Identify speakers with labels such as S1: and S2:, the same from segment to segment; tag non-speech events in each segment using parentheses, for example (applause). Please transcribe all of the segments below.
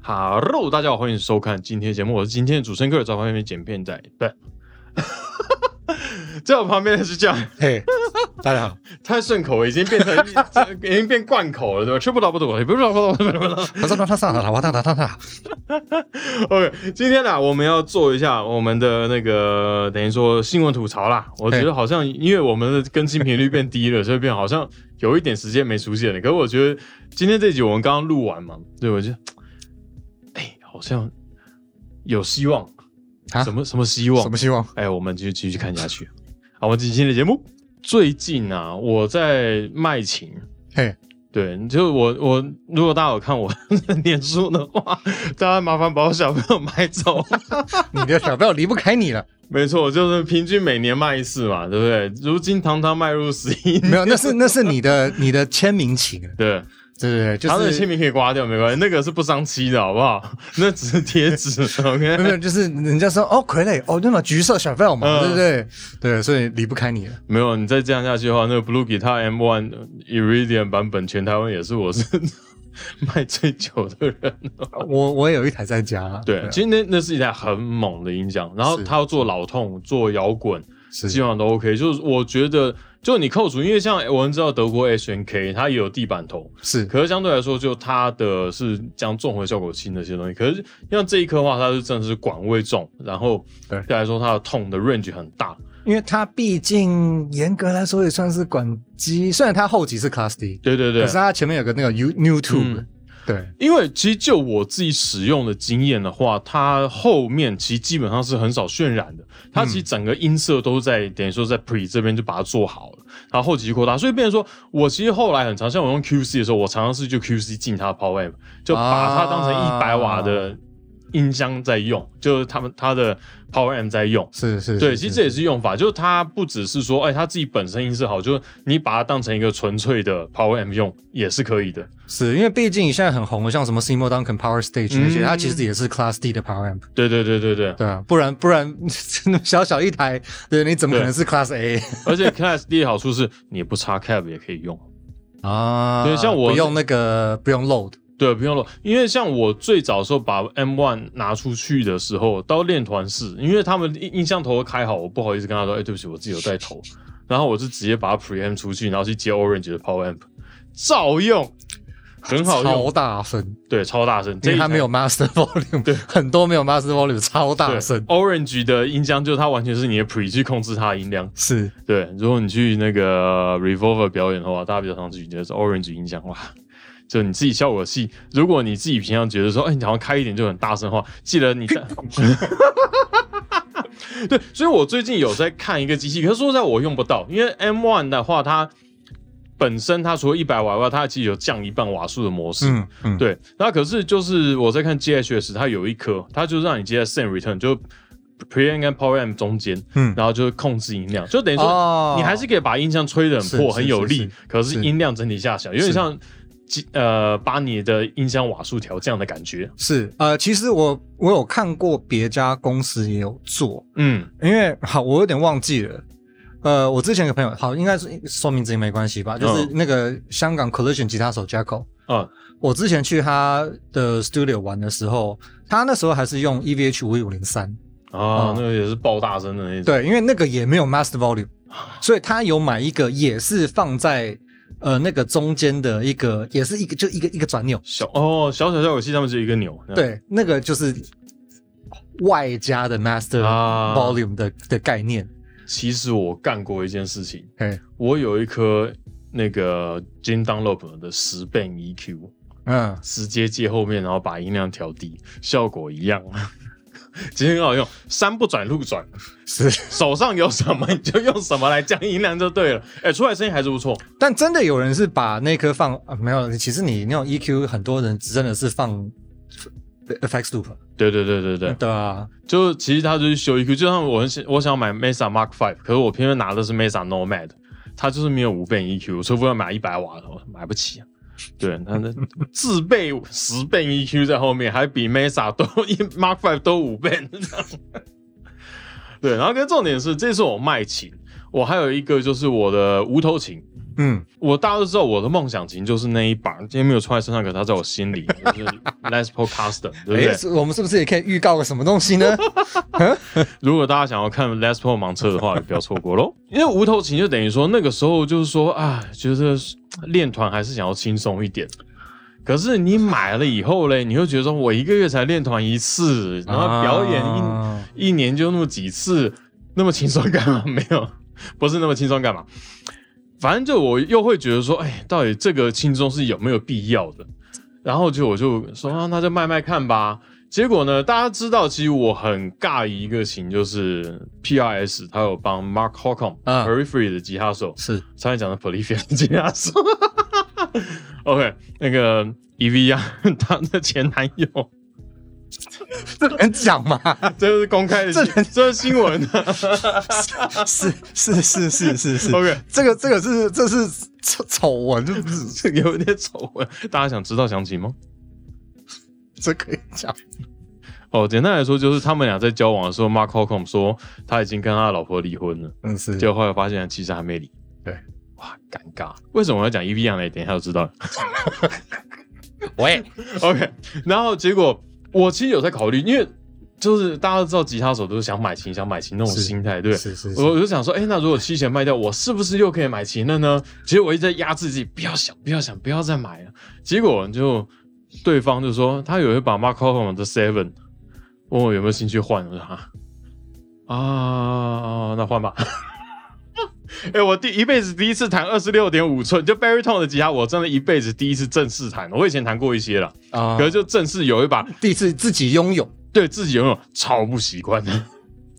S1: 哈喽，大家好，欢迎收看今天的节目，我是今天的主持人客在旁边剪片仔，对，在我旁边的是这样，
S2: 嘿，大家好，
S1: 太顺口了，已经变成已经变惯口了，对吧？吃不到不吐，也不知道不吐不吐不吐。
S2: 他上他上了，我大大大大，
S1: OK，今天呢，我们要做一下我们的那个等于说新闻吐槽啦。我觉得好像因为我们的更新频率变低了，所以变好像有一点时间没出现了。可是我觉得今天这集我们刚刚录完嘛，对我就，哎，好像有希望。
S2: 啊
S1: 什么什么希望？
S2: 什么希望？ (laughs)
S1: 哎，我们继续继续看下去。好，我们进今天的节目。最近啊，我在卖琴。
S2: 嘿，
S1: 对，就我我，如果大家有看我 (laughs) 脸书的话，大家麻烦把我小朋友买走。 (laughs)
S2: 你的小朋友离不开你了，
S1: 没错，就是平均每年卖一次嘛，对不对？如今堂堂迈入十一，
S2: 没有，那是那是你的你的签名琴，
S1: 对，
S2: 对对对，
S1: 他的
S2: 就是
S1: 签名可以刮掉，没关系，那个是不伤漆的，好不好？ (laughs) 那只是贴纸
S2: 没有 (laughs) 没
S1: ，OK。
S2: 有，就是人家说哦傀儡哦，那么橘色小朋友嘛，
S1: 嗯
S2: 对不对？对，所以离不开你了，
S1: 没有，你再这样下去的话，那个 Blue Guitar M One Iridium 版本，全台湾也是我是 (laughs) 卖最久的人。啊
S2: 我我也有一台在家，
S1: 对，其实那那是一台很猛的音响，然后
S2: 啊是
S1: 他要做老痛，做摇滚，
S2: 是
S1: 基本上都 OK。就是我觉得，就你扣除，因为像我们知道德国 H N K 它也有地板头，
S2: 是
S1: 可是相对来说，就它的是将重回效果器那些东西。可是像这一颗的话，它是真的是管位重，然后
S2: 对
S1: 再来说它的痛的 range 很大，
S2: 因为它毕竟严格来说也算是管机，虽然它后级是 Class D，
S1: 对对对
S2: 可是。它前面有个那个 U New Tube，
S1: 嗯
S2: 对，
S1: 因为其实就我自己使用的经验的话，它后面其实基本上是很少渲染的，它其实整个音色都在、等于说在 pre 这边就把它做好了，然后后期扩大，所以变成说我其实后来很常像我用 QC 的时候，我常常是就 QC 进它的 Power Amp，就把它当成一百瓦的音箱在用，就是他们它的 Power Amp 在用。
S2: 是是，
S1: 对，
S2: 是
S1: 其实这也是用法，就是它不只是说，哎，它自己本身音色好，就是你把它当成一个纯粹的 Power Amp 用也是可以的。
S2: 是因为毕竟现在很红的，像什么 Seymour Duncan Power Stage 那些，
S1: 嗯
S2: 它其实也是 Class D 的 Power Amp，
S1: 对对对对对。
S2: 对啊，不然不然 (laughs) 那么小小一台，对，你怎么可能是 Class
S1: (laughs)
S2: A
S1: 而且 Class D 的好处是你不插 cab 也可以用，
S2: 啊？
S1: 对像我
S2: 不用那个不用 load，
S1: 对，不用了。因为像我最早的时候把 M One 拿出去的时候，到练团试，因为他们音音箱头都开好，我不好意思跟他说，哎、对不起，我自己有带头，然后我就直接把它 preamp 出去，然后去接 Orange 的 power amp，照用，很好
S2: 超
S1: 用，
S2: 大声，
S1: 对，超大声，
S2: 因
S1: 这
S2: 为
S1: 一
S2: 它
S1: 台
S2: 没有 master (laughs) volume，对，很多没有 master volume，超
S1: 对
S2: 大声，
S1: Orange 的音箱，就它完全是你的 pre 去控制它的音量。
S2: 是
S1: 对，如果你去那个呃 Revolver 表演的话，大家比较常去觉得是 Orange 音响哇。就你自己效果器，如果你自己平常觉得说，哎、你好像开一点就很大声的话，记得你在。 (laughs) 对，所以我最近有在看一个机器，可是说实在我用不到，因为 M One 的话，它本身它除了一百瓦外，它其实有降一半瓦数的模式。
S2: 嗯嗯，
S1: 对，那可是就是我在看 GHS，它有一颗，它就让你接在 send return，就 pre amp 跟 power amp 中间，
S2: 嗯
S1: 然后就是控制音量，就等于说
S2: 哦
S1: 你还是可以把音箱吹得很破、
S2: 是是
S1: 很有
S2: 是
S1: 力，
S2: 是
S1: 可是
S2: 是
S1: 音量整体下小，有点
S2: 是
S1: 像机呃把你的音箱瓦数调降的感觉。
S2: 是呃，其实我我有看过别家公司也有做，
S1: 嗯，
S2: 因为好，我有点忘记了。呃，我之前有个朋友，好，应该是说名字也没关系吧，就是那个香港 Collision 吉他手 Jacko。
S1: 啊，
S2: 我之前去他的 studio 玩的时候，他那时候还是用 EVH 五一五零三，
S1: 啊，
S2: 嗯
S1: 那个也是爆大声的那种。
S2: 对，因为那个也没有 master volume，所以他有买一个也是放在呃那个中间的一个，也是一个就一个一个转钮，
S1: 小哦，小小效果器上面只有一个钮。这样，
S2: 对，那个就是外加的 master
S1: 啊
S2: volume 的、的概念，
S1: 其实我干过一件事情，
S2: 嘿，
S1: 我有一颗那个 Jim Dunlop 的十倍 EQ，
S2: 嗯，
S1: 直接接后面，然后把音量调低，效果一样。 (laughs) 其实很好用，山不转路转，
S2: 是。
S1: 手上有什么你就用什么来降音量就对了。 (laughs) 哎、出来声音还是不错。
S2: 但真的有人是把那颗放、啊、没有？其实你那种 EQ，很多人真的是放呃 effects loop，
S1: 对对对对对，
S2: 对啊，
S1: 就是其实它就是修 EQ，就像我很想我想买 Mesa Mark Five，可是我偏偏拿的是 Mesa Nomad，它就是没有无倍 EQ，除非要买一百瓦的，我买不起、啊。对，那那自备十倍 EQ 在后面，还比 Mesa 都 Mark (laughs) Five 都五倍。对，然后跟重点是，这次我卖琴，我还有一个就是我的无头琴，
S2: 嗯，
S1: 我大家都知道我的梦想琴就是那一把，今天没有穿在身上，可它在我心里，就是 Les Paul Custom，对不对
S2: 诶？是我们是不是也可以预告个什么东西
S1: (laughs)
S2: 呢？
S1: 如果大家想要看 Les Paul 盲车的话，也不要错过喽。因为无头琴就等于说那个时候就是说啊，觉得练团还是想要轻松一点。可是你买了以后嘞，你会觉得说我一个月才练团一次，然后表演一、
S2: 啊
S1: 一年就那么几次，那么轻松干嘛？没有， (laughs) 不是那么轻松干嘛？反正就我又会觉得说，哎，到底这个轻松是有没有必要的？然后就我就说，啊、那就卖卖看吧。结果呢，大家知道，其实我很尬一个琴，就是 PRS，他有帮 Mark Holcomb、
S2: 嗯
S1: Periphery 的吉他手，
S2: 是
S1: 差点讲到 Periphery 的吉他手。OK，那个 EV 啊，她的前男友， (laughs)
S2: 这能讲吗？
S1: 这是公开的新，这这是新闻啊的。
S2: (laughs) 是是是是
S1: (laughs)
S2: 是是
S1: OK，
S2: (laughs) 这个这个是这是丑丑闻，这不是
S1: 这个 (laughs) 有点丑啊闻，大家想知道详情吗？
S2: 这可以讲。
S1: 哦，简单来说就是他们俩在交往的时候，Mark Holcomb 说他已经跟他的老婆离婚了，
S2: 嗯，是
S1: 结果后来发现其实还没离。
S2: 对，
S1: 哇，尴尬。为什么我要讲 E V 样嘞？等一下就知道了。
S2: 喂，
S1: (laughs) OK，然后结果我其实有在考虑，因为就是大家都知道吉他手都是想买琴、想买琴那种
S2: 是
S1: 心态，对不对。
S2: 是是
S1: 我我就想说，哎、那如果七弦卖掉，我是不是又可以买琴了呢？其实我一直在压制自己，不要想，不要想，不要再买了。结果就对方就说，他有一把 Mark h o l m 的 Seven，问我有没有兴趣换，我说哈啊啊，那换吧。哎、我第一辈子第一次弹二十六点五寸，就 Baryton 的吉他，我真的一辈子第一次正式弹。我以前弹过一些了，
S2: 啊
S1: 可是就正式有一把
S2: 第一次自己拥有。
S1: 对自己拥有超不习惯的。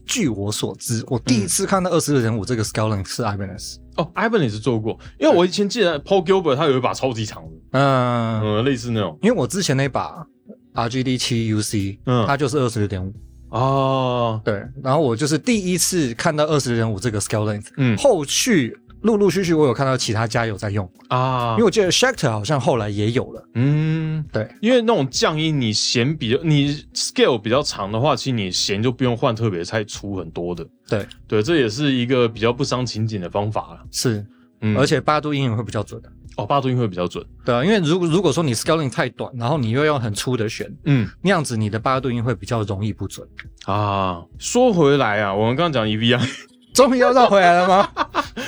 S2: 据我所知，我第一次看到二十六点五这个 scaling 是 Ibanez。
S1: 哦，Ivan 也是做过，因为我以前记得 Paul Gilbert 他有一把超级长的，
S2: 嗯，
S1: 嗯，类似那种
S2: 因为我之前那把 RGD 七 UC，
S1: 嗯
S2: 它就是二十六点五。
S1: 哦，
S2: 对，然后我就是第一次看到二十六点五这个 scale length，
S1: 嗯
S2: 后续陆陆续续我有看到其他家有在用，
S1: 啊
S2: 因为，我记得 Schecter 好像后来也有了，
S1: 嗯，
S2: 对，
S1: 因为那种降音，你弦比较你 scale 比较长的话，其实你弦就不用换特别太粗很多的，
S2: 对，
S1: 对，这也是一个比较不伤琴颈的方法了。
S2: 是，
S1: 嗯，
S2: 而且八度音也会比较准的，
S1: 哦，八度音会比较准，
S2: 对啊，因为如果如果说你 scale length 太短，然后你又用很粗的弦，
S1: 嗯
S2: 那样子你的八度音会比较容易不准。
S1: 啊，说回来啊，我们刚刚讲 EV 啊，
S2: 终于要绕回来了吗？
S1: (laughs)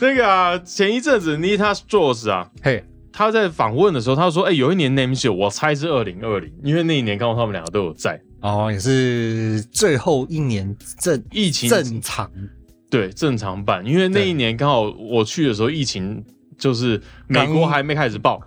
S1: 那个啊，前一阵子 Nita Strauss 啊，
S2: 嘿，
S1: 他在访问的时候，他说：“哎、有一年 Name Show，我猜是二零二零，因为那一年刚好他们两个都有在
S2: 哦，也是最后一年正
S1: 疫情
S2: 正常，
S1: 对正常办，因为那
S2: 对
S1: 一年刚好我去的时候，疫情就是美
S2: 刚
S1: 国还没开始爆，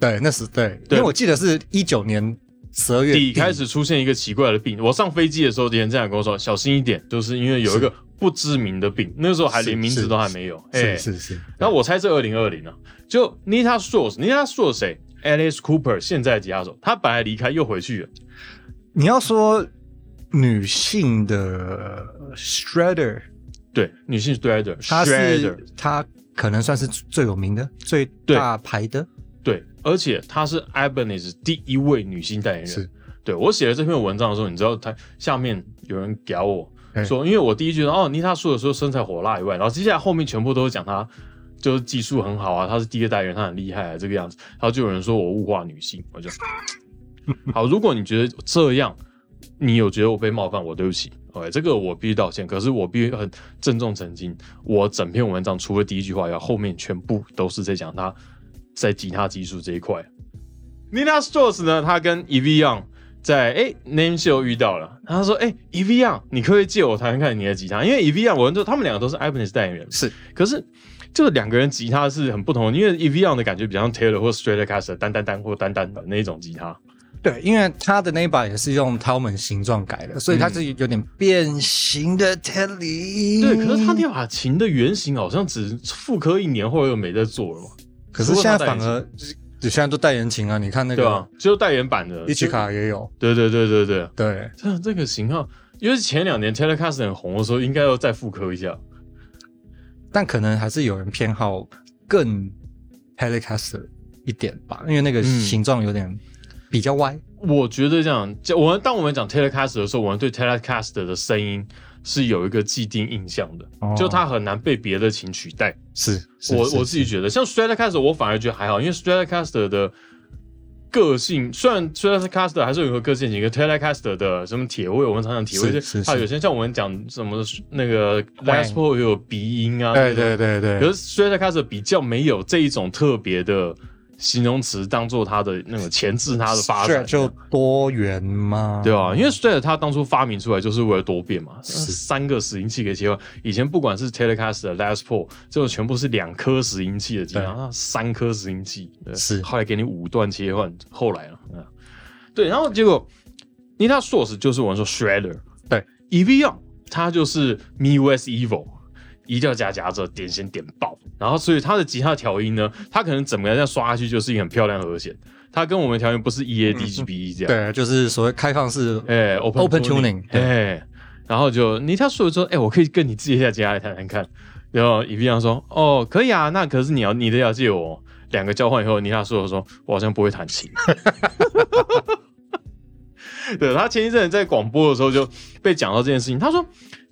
S2: 对，那是对，因
S1: 对
S2: 为我记得是一九年十二月
S1: 底
S2: 底
S1: 开始出现一个奇怪的病。我上飞机的时候，别人这样跟我说：小心一点，就是因为有一个不知名的病，那时候还连
S2: 是
S1: 名字
S2: 是
S1: 都还没有。哎
S2: 是是是，
S1: 那我猜是二零二零啊。就 Nita Strauss，Nita Strauss 谁？Alice Cooper 现在的吉他手，他本来离开又回去了。”
S2: 你要说女性的 Shredder，
S1: 对，女性 Shredder，
S2: 她
S1: Shredder
S2: 是她可能算是最有名的、最大牌的，
S1: 对，而且她是 Ibanez 第一位女性代言人。
S2: 是
S1: 对我写了这篇文章的时候，你知道他下面有人屌我
S2: 哎
S1: 说，因为我第一句哦，妮塔说的时候身材火辣以外，然后接下来后面全部都是讲她就是技术很好啊，她是第一个代言人，她很厉害啊，这个样子。然后就有人说我物化女性，我就好，如果你觉得这样，你有觉得我被冒犯，我对不起。OK，这个我必须道歉，可是我必须很郑重澄清，我整篇文章除了第一句话以外，后面全部都是在讲她在吉他技术这一块。Nina Strauss 呢，她跟 Evie Young 在哎、Name Show 遇到了，他说哎、Evie Young，你可不可以借我弹弹看你的吉他？因为 Evie Young 我就他们两个都是 Ibanez 代言人，
S2: 是
S1: 可是这两个人吉他是很不同的，因为 Evie Young 的感觉比较像 Taylor 或 Stratocaster 单单单或单单的那一种吉他。
S2: 对，因为她的那一把也是用 Talman 形状改的，所以她是有点变形的 Telly。
S1: 对，可是他那把琴的原型好像只复刻一年后来又没在做了嘛，
S2: 可是现在反而就现在都代言情啊，你看那
S1: 对吧
S2: 个？
S1: 就代言版的
S2: 伊奇，卡也有，
S1: 对对对对对，
S2: 对，
S1: 这这个型号，因为前两年 Telecaster 很红的时候，应该要再复刻一下。
S2: 但可能还是有人偏好更 Telecaster 一点吧，因为那个
S1: 嗯
S2: 形状有点比较歪。
S1: 我觉得这样，就我们当我们讲 Telecaster 的时候，我们对 Telecaster 的声音是有一个既定印象的，
S2: 哦
S1: 就它很难被别的琴取代。
S2: 是是
S1: 我
S2: 是
S1: 我自己觉得，像 Stratocaster，我反而觉得还好，因为 Stratocaster 的个性，虽然 Stratocaster 还是有一个个性，几个 Telecaster 的什么铁位，我们常讲铁位，
S2: 是
S1: 就是它
S2: 是
S1: 有些像我们讲什么那个 Les Paul 也有鼻音啊，
S2: 对
S1: 那种
S2: 对对对，
S1: 可是 Stratocaster 比较没有这一种特别的形容词当做它的那个前置它的发展，
S2: 就多元嘛，
S1: 对啊，因为 Strat 它当初发明出来就是为了多变嘛，
S2: 是
S1: 三个拾音器可以切换。以前不管是 Telecaster、Les Paul，这种全部是两颗拾音器的机，
S2: 对
S1: 然后三颗拾音器，对
S2: 是
S1: 后来给你五段切换，后来了，嗯，对，然后结果 Nita Source 就是我们说 Shredder，
S2: 对
S1: e v o n 它就是 Mi West Evil。一定要加夹着点弦点爆，然后所以它的吉他调音呢，它可能怎么样这样刷下去就是一个很漂亮的和弦，它跟我们调音不是 E A D G B E 这样，
S2: 对，就是所谓开放式，
S1: 哎，open
S2: Open tuning，对
S1: 哎，然后就你他说说，哎，我可以跟你借一下吉他来弹弹看。然后伊比昂说，哦，可以啊，那可是你要你的要借我。两个交换以后，尼他说说，我好像不会弹琴。 (laughs) 对他前一阵子在广播的时候就被讲到这件事情，他说。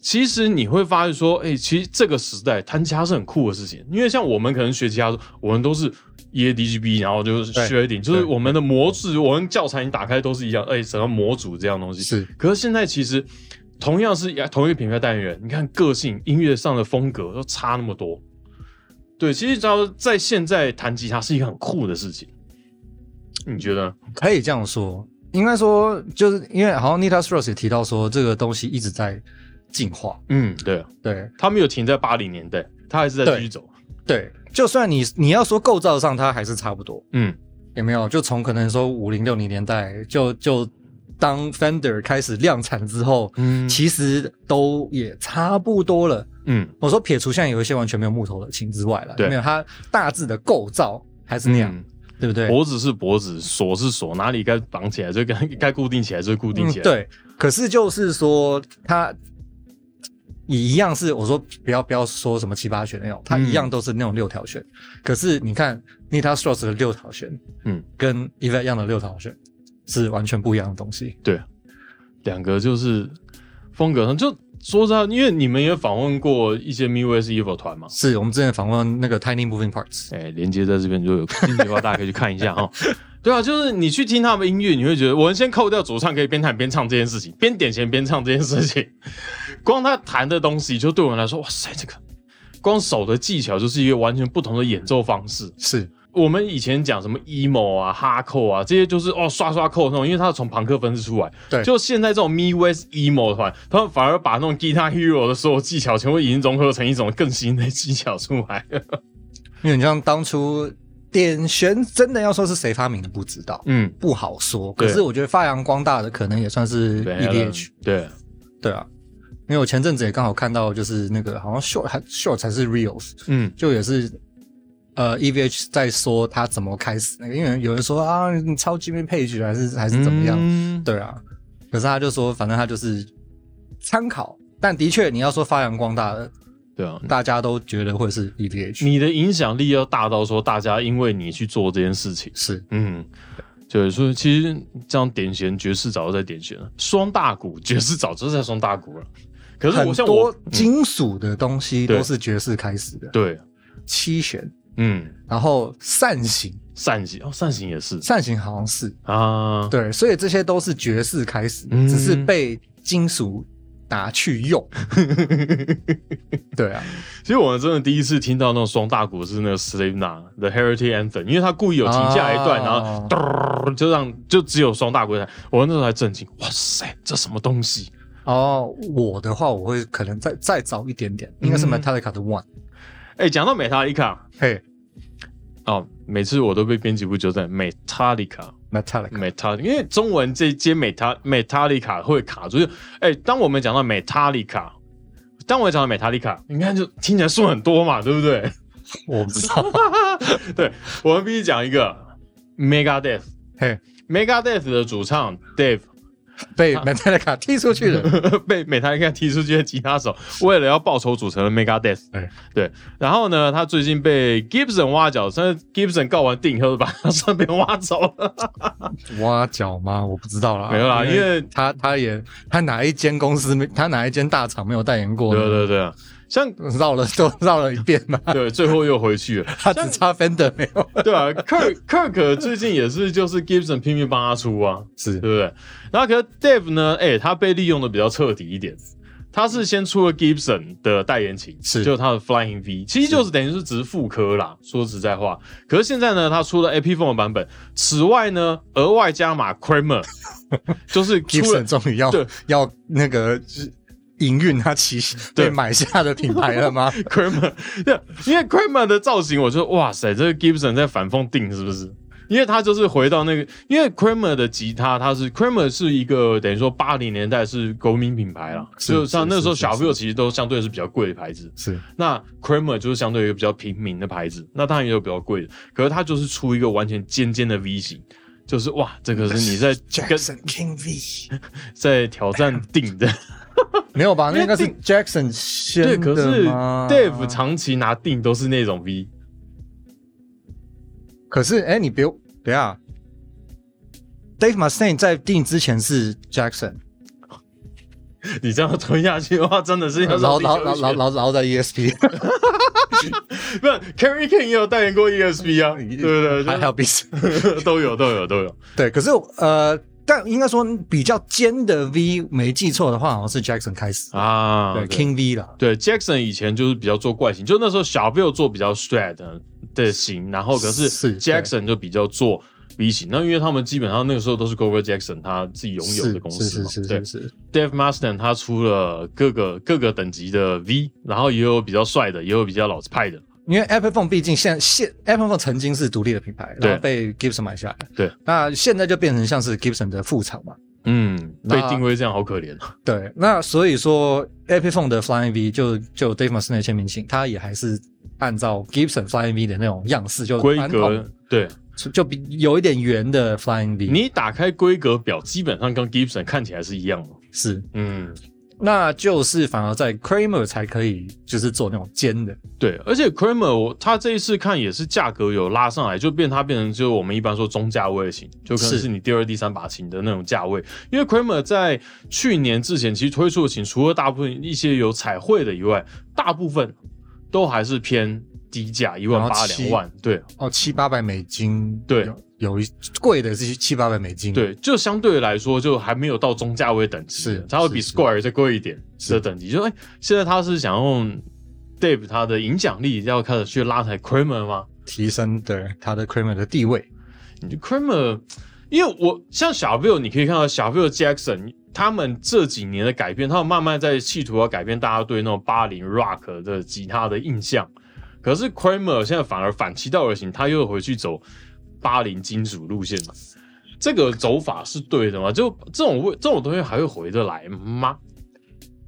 S1: 其实你会发现说，哎、其实这个时代弹吉他是很酷的事情，因为像我们可能学吉他的时候，我们都是 E A D G B，然后就是
S2: 对
S1: 学一点，就是
S2: 对
S1: 我们的模组，我们教材你打开都是一样，哎、整个模组这样东西
S2: 是
S1: 可是现在其实同样是同一个品牌代言人，你看个性、音乐上的风格都差那么多。对，其实只要在现在弹吉他是一个很酷的事情，你觉得呢？
S2: 可以这样说。应该说，就是因为好像 Nita Strauss 也提到说，这个东西一直在进化。
S1: 嗯，对，
S2: 对
S1: 他没有停在八零年代，他还是在继续走。
S2: 对，就算你你要说构造上，它还是差不多，
S1: 嗯，
S2: 有没有？就从可能说五零六零年代，就就当 Fender 开始量产之后，
S1: 嗯
S2: 其实都也差不多了。
S1: 嗯，
S2: 我说撇除现在有一些完全没有木头的琴之外了，
S1: 对
S2: 没有它大致的构造还是那样，
S1: 嗯
S2: 对不对？
S1: 脖子是脖子，锁是锁，哪里该绑起来就该该固定起来就固定起来。
S2: 嗯。，对，可是就是说它。也一样是我说不要不要说什么七八弦那种，它
S1: 嗯
S2: 一样都是那种六条弦。可是你看 Nita Strauss 的六条弦，
S1: 嗯，
S2: 跟 e v a 一样的六条弦是完全不一样的东西。
S1: 两个就是风格上就说实在，因为你们也访问过一些 Midwest Evil 团嘛，
S2: 是我们之前访问那个 Tiny Moving Parts，
S1: 哎，连接在这边 (laughs) 就有兴趣的话，大家可以去看一下哈。 (laughs) 对啊，就是你去听他们音乐，你会觉得我们先扣掉主唱可以边弹边唱这件事情，边点弦边唱这件事情， (laughs) 光他弹的东西就对我们来说，哇塞，这个光手的技巧就是一个完全不同的演奏方式。
S2: 是
S1: 我们以前讲什么 emo 啊、哈扣啊，这些就是哦刷刷扣那种，因为它是从朋克分支出来。
S2: 对
S1: 就现在这种 Me West emo 团，他们反而把那种 Guitar Hero 的所有技巧全部已经融合成一种更新的技巧出来。
S2: 因为你像当初点弦，真的要说是谁发明的不知道，
S1: 嗯，
S2: 不好说。
S1: 对
S2: 可是我觉得发扬光大的可能也算是
S1: 对呃
S2: EDH，
S1: 对。
S2: 对啊。因为我前阵子也刚好看到，就是那个好像 short 还 short 才是 reels，
S1: 嗯，
S2: 就也是呃 EVH 在说他怎么开始那个，因为有人说啊你抄 Jimmy Page 啊还是还是怎么样，
S1: 嗯、
S2: 对啊。可是他就说，反正他就是参考，但的确你要说发扬光大的，
S1: 对啊，
S2: 大家都觉得会是 E EVH，
S1: 你的影响力要大到说大家因为你去做这件事情，
S2: 是
S1: 嗯，对，所以其实这样点弦爵士早就在点弦了，双大鼓爵士早就在双大鼓了。可是
S2: 很
S1: 我像我嗯
S2: 多，金属的东西
S1: 对
S2: 都是爵士开始的，
S1: 对，
S2: 七弦，
S1: 嗯，
S2: 然后扇形，
S1: 扇形哦，扇形也是
S2: 扇形好像是
S1: 啊，
S2: 对，所以这些都是爵士开始的，
S1: 嗯
S2: 只是被金属拿
S1: (laughs)
S2: 去用。对啊，
S1: 其实我们真的第一次听到那种双大鼓是那个 Slipknot 的 Heritage Anthem，因为他故意有停下来一段，
S2: 哦
S1: 然后嘟儿就让就只有双大鼓在弹，我那时候还震惊，哇塞，这什么东西？
S2: 哦，我的话我会可能再再早一点点，应该是
S1: 嗯
S2: Metallica 的 One。
S1: 哎，讲到 Metallica，
S2: 嘿
S1: 哦，每次我都被编辑部纠正 Metallica
S2: ，Metallica，
S1: Metallica，因为中文这接 Meta Metallica 会卡住。就哎、当我们讲到 Metallica，当我讲到 Metallica，你看就听起来数很多嘛，对不对？
S2: 我不知道。
S1: 对，我们必须讲一个 Megadeth。
S2: 嘿
S1: Megadeth 的主唱 Dave， (laughs)
S2: 被
S1: 啊
S2: Metallica 踢出去了。
S1: 被美台看踢出去的吉他手，为了要报仇组成了 Megadeth。
S2: 哎
S1: (laughs) 对，然后呢，他最近被 Gibson 挖角，但是 Gibson 告完定以后，把他上边挖走了。
S2: 挖角吗？我不知道啦，
S1: 没有啦因为
S2: 他他也他哪一间公司没他哪一间大厂没有代言过
S1: 对啊对
S2: 呢？
S1: 对，像
S2: (laughs) 绕了都绕了一遍
S1: (laughs)
S2: 嘛，
S1: 对，最后又回去了。
S2: 他只差 Fender 没有，
S1: 对啊，Kirk
S2: (laughs)
S1: Kirk 最近也是就是 Gibson 拼命帮他出啊，
S2: 是
S1: 对不对？然后可是 Dave 呢，哎、他被利用的比较彻底一点。他是先出了 Gibson 的代言琴，
S2: 是
S1: 就是他的 Flying V，其实就是等于是只是副科啦。说实在话，可是现在呢，他出了 Epiphone 的版本，此外呢，额外加码
S2: (laughs)
S1: Kramer，就是出了
S2: Gibson 终于要
S1: 对
S2: 要那个就是营运他旗
S1: 对
S2: 被买下的品牌了吗？
S1: Kramer，对，因为 Kramer 的造型，我觉得哇塞，这个 Gibson 在反讽定是不是？因为他就是回到那个，因为 Kramer 的吉他，它是 Kramer 是一个等于说八零年代是国民品牌啦，
S2: 是
S1: 就是像
S2: 是
S1: 那时候
S2: 是
S1: 小
S2: 是
S1: View 其实都相对 (laughs) 是比较贵的牌子，
S2: 是
S1: 那 Kramer 就是相对于一个比较平民的牌子，那当然也有比较贵的，可是它就是出一个完全尖尖的 V 型，就是哇，这个是你
S2: (laughs)
S1: 在跟
S2: Jackson King V
S1: 在挑战定的，
S2: 没有吧？
S1: 因为
S2: 那应该是
S1: 定
S2: Jackson 先
S1: 对，可是
S2: 的吗
S1: Dave 啊长期拿定都是那种 V，
S2: 可是哎，你别等一下，Dave Mustaine 在定之前是 Jackson，
S1: 你这样吞下去的话，真的是要
S2: 然
S1: 老
S2: 后
S1: 老
S2: 然
S1: 老
S2: 后
S1: 老
S2: 然
S1: 老，
S2: 后然后在 E ESP，
S1: (laughs) 不是 Carry King 也有代言过 ESP (laughs) 啊，对不对？
S2: 还有 b i s
S1: 就是都有都有都有，
S2: (laughs) 对，可是呃，但应该说比较尖的 V，没记错的话，好像是 Jackson 开始，
S1: 啊
S2: 对 King V 啦。
S1: 对 Jackson 以前就是比较做怪型，就那时候小 Bill 做比较 straight 的的型，然后可是
S2: 是对
S1: Jackson 就比较做 V 型。那因为他们基本上那个时候都是 Grover Jackson 他自己拥有的公司
S2: 是
S1: 嘛，
S2: 是是
S1: 对
S2: 是是，
S1: Dave Mustaine 他出了各个各个等级的 V，然后也有比较帅的，也有比较老派的。
S2: 因为 Apple Phone 毕竟现现 Apple Phone 曾经是独立的品牌，
S1: 对
S2: 然后被 Gibson 买下来，
S1: 对，
S2: 那现在就变成像是 Gibson 的副厂嘛，
S1: 嗯，被
S2: 那
S1: 定位这样好可怜啊。
S2: 对，那所以说 Apple Phone 的 Flying V 就就 Dave Mustaine 的签名信，它也还是按照 Gibson Flying V 的那种样式，就
S1: 规
S2: 传
S1: 格
S2: 统
S1: 对
S2: 就就比有一点圆的 Flying V，
S1: 你打开规格表，基本上跟 Gibson 看起来是一样的。
S2: 是，
S1: 嗯，
S2: 那就是反而在 Kramer 才可以就是做那种尖的，
S1: 对，而且 Kramer 我他这一次看也是价格有拉上来，就变它变成就是我们一般说中价位的琴，就可能
S2: 是
S1: 是你第二、第三把琴的那种价位。因为 Kramer 在去年之前其实推出的琴，除了大部分一些有彩绘的以外，大部分都还是偏低价，一万
S2: 然
S1: 八
S2: 后
S1: 两
S2: 七
S1: 万，对
S2: 哦，七八百美金，
S1: 对
S2: 有，有一贵的是七八百美金，，
S1: 对，就相对来说就还没有到中价位等级，
S2: 是
S1: 它会比
S2: 是是
S1: Square 再贵一点
S2: 是
S1: 的等级。就哎、现在他是想用 Dave 他的影响力要开始去拉抬 Kramer 吗？
S2: 提升的它的 Kramer 的地位，
S1: 你就 Kramer，因为我像小 Bill，你可以看到小 Bill Jackson 他们这几年的改变，他们慢慢在企图要改变大家对那种八零 rock 的吉他的印象。可是 Kramer 现在反而反其道而行，他又回去走八零金属路线了。这个走法是对的吗？就这种味，这种东西还会回得来吗？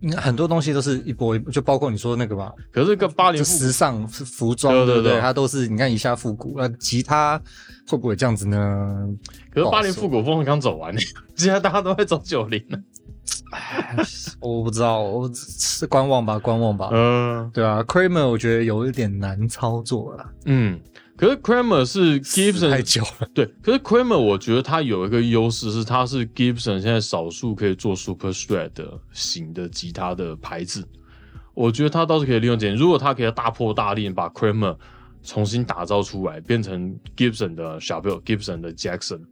S2: 嗯很多东西都是一波一波，就包括你说那个吧，
S1: 可是跟八零
S2: 就时尚服服装，
S1: 对对
S2: 对不
S1: 对
S2: 对？它都是你看一下复古，那吉他会不会这样子呢？
S1: 可是
S2: 不好
S1: 八零
S2: 说
S1: 复古风刚走完， (laughs) 现在大家都在走九零了。
S2: 我不知道，我是观望吧，观望吧。
S1: 嗯
S2: 对啊，Kramer 我觉得有一点难操作了
S1: 嗯，可是 Kramer 是
S2: 死
S1: Gibson
S2: 太久了。
S1: 对，可是 Kramer 我觉得他有一个优势是，他是 Gibson 现在少数可以做 Super Strat 的型的吉他的牌子，我觉得他倒是可以利用这点。如果他可以大破大立，把 Kramer 重新打造出来，变成 Gibson 的小 Bill、Gibson 的 Jackson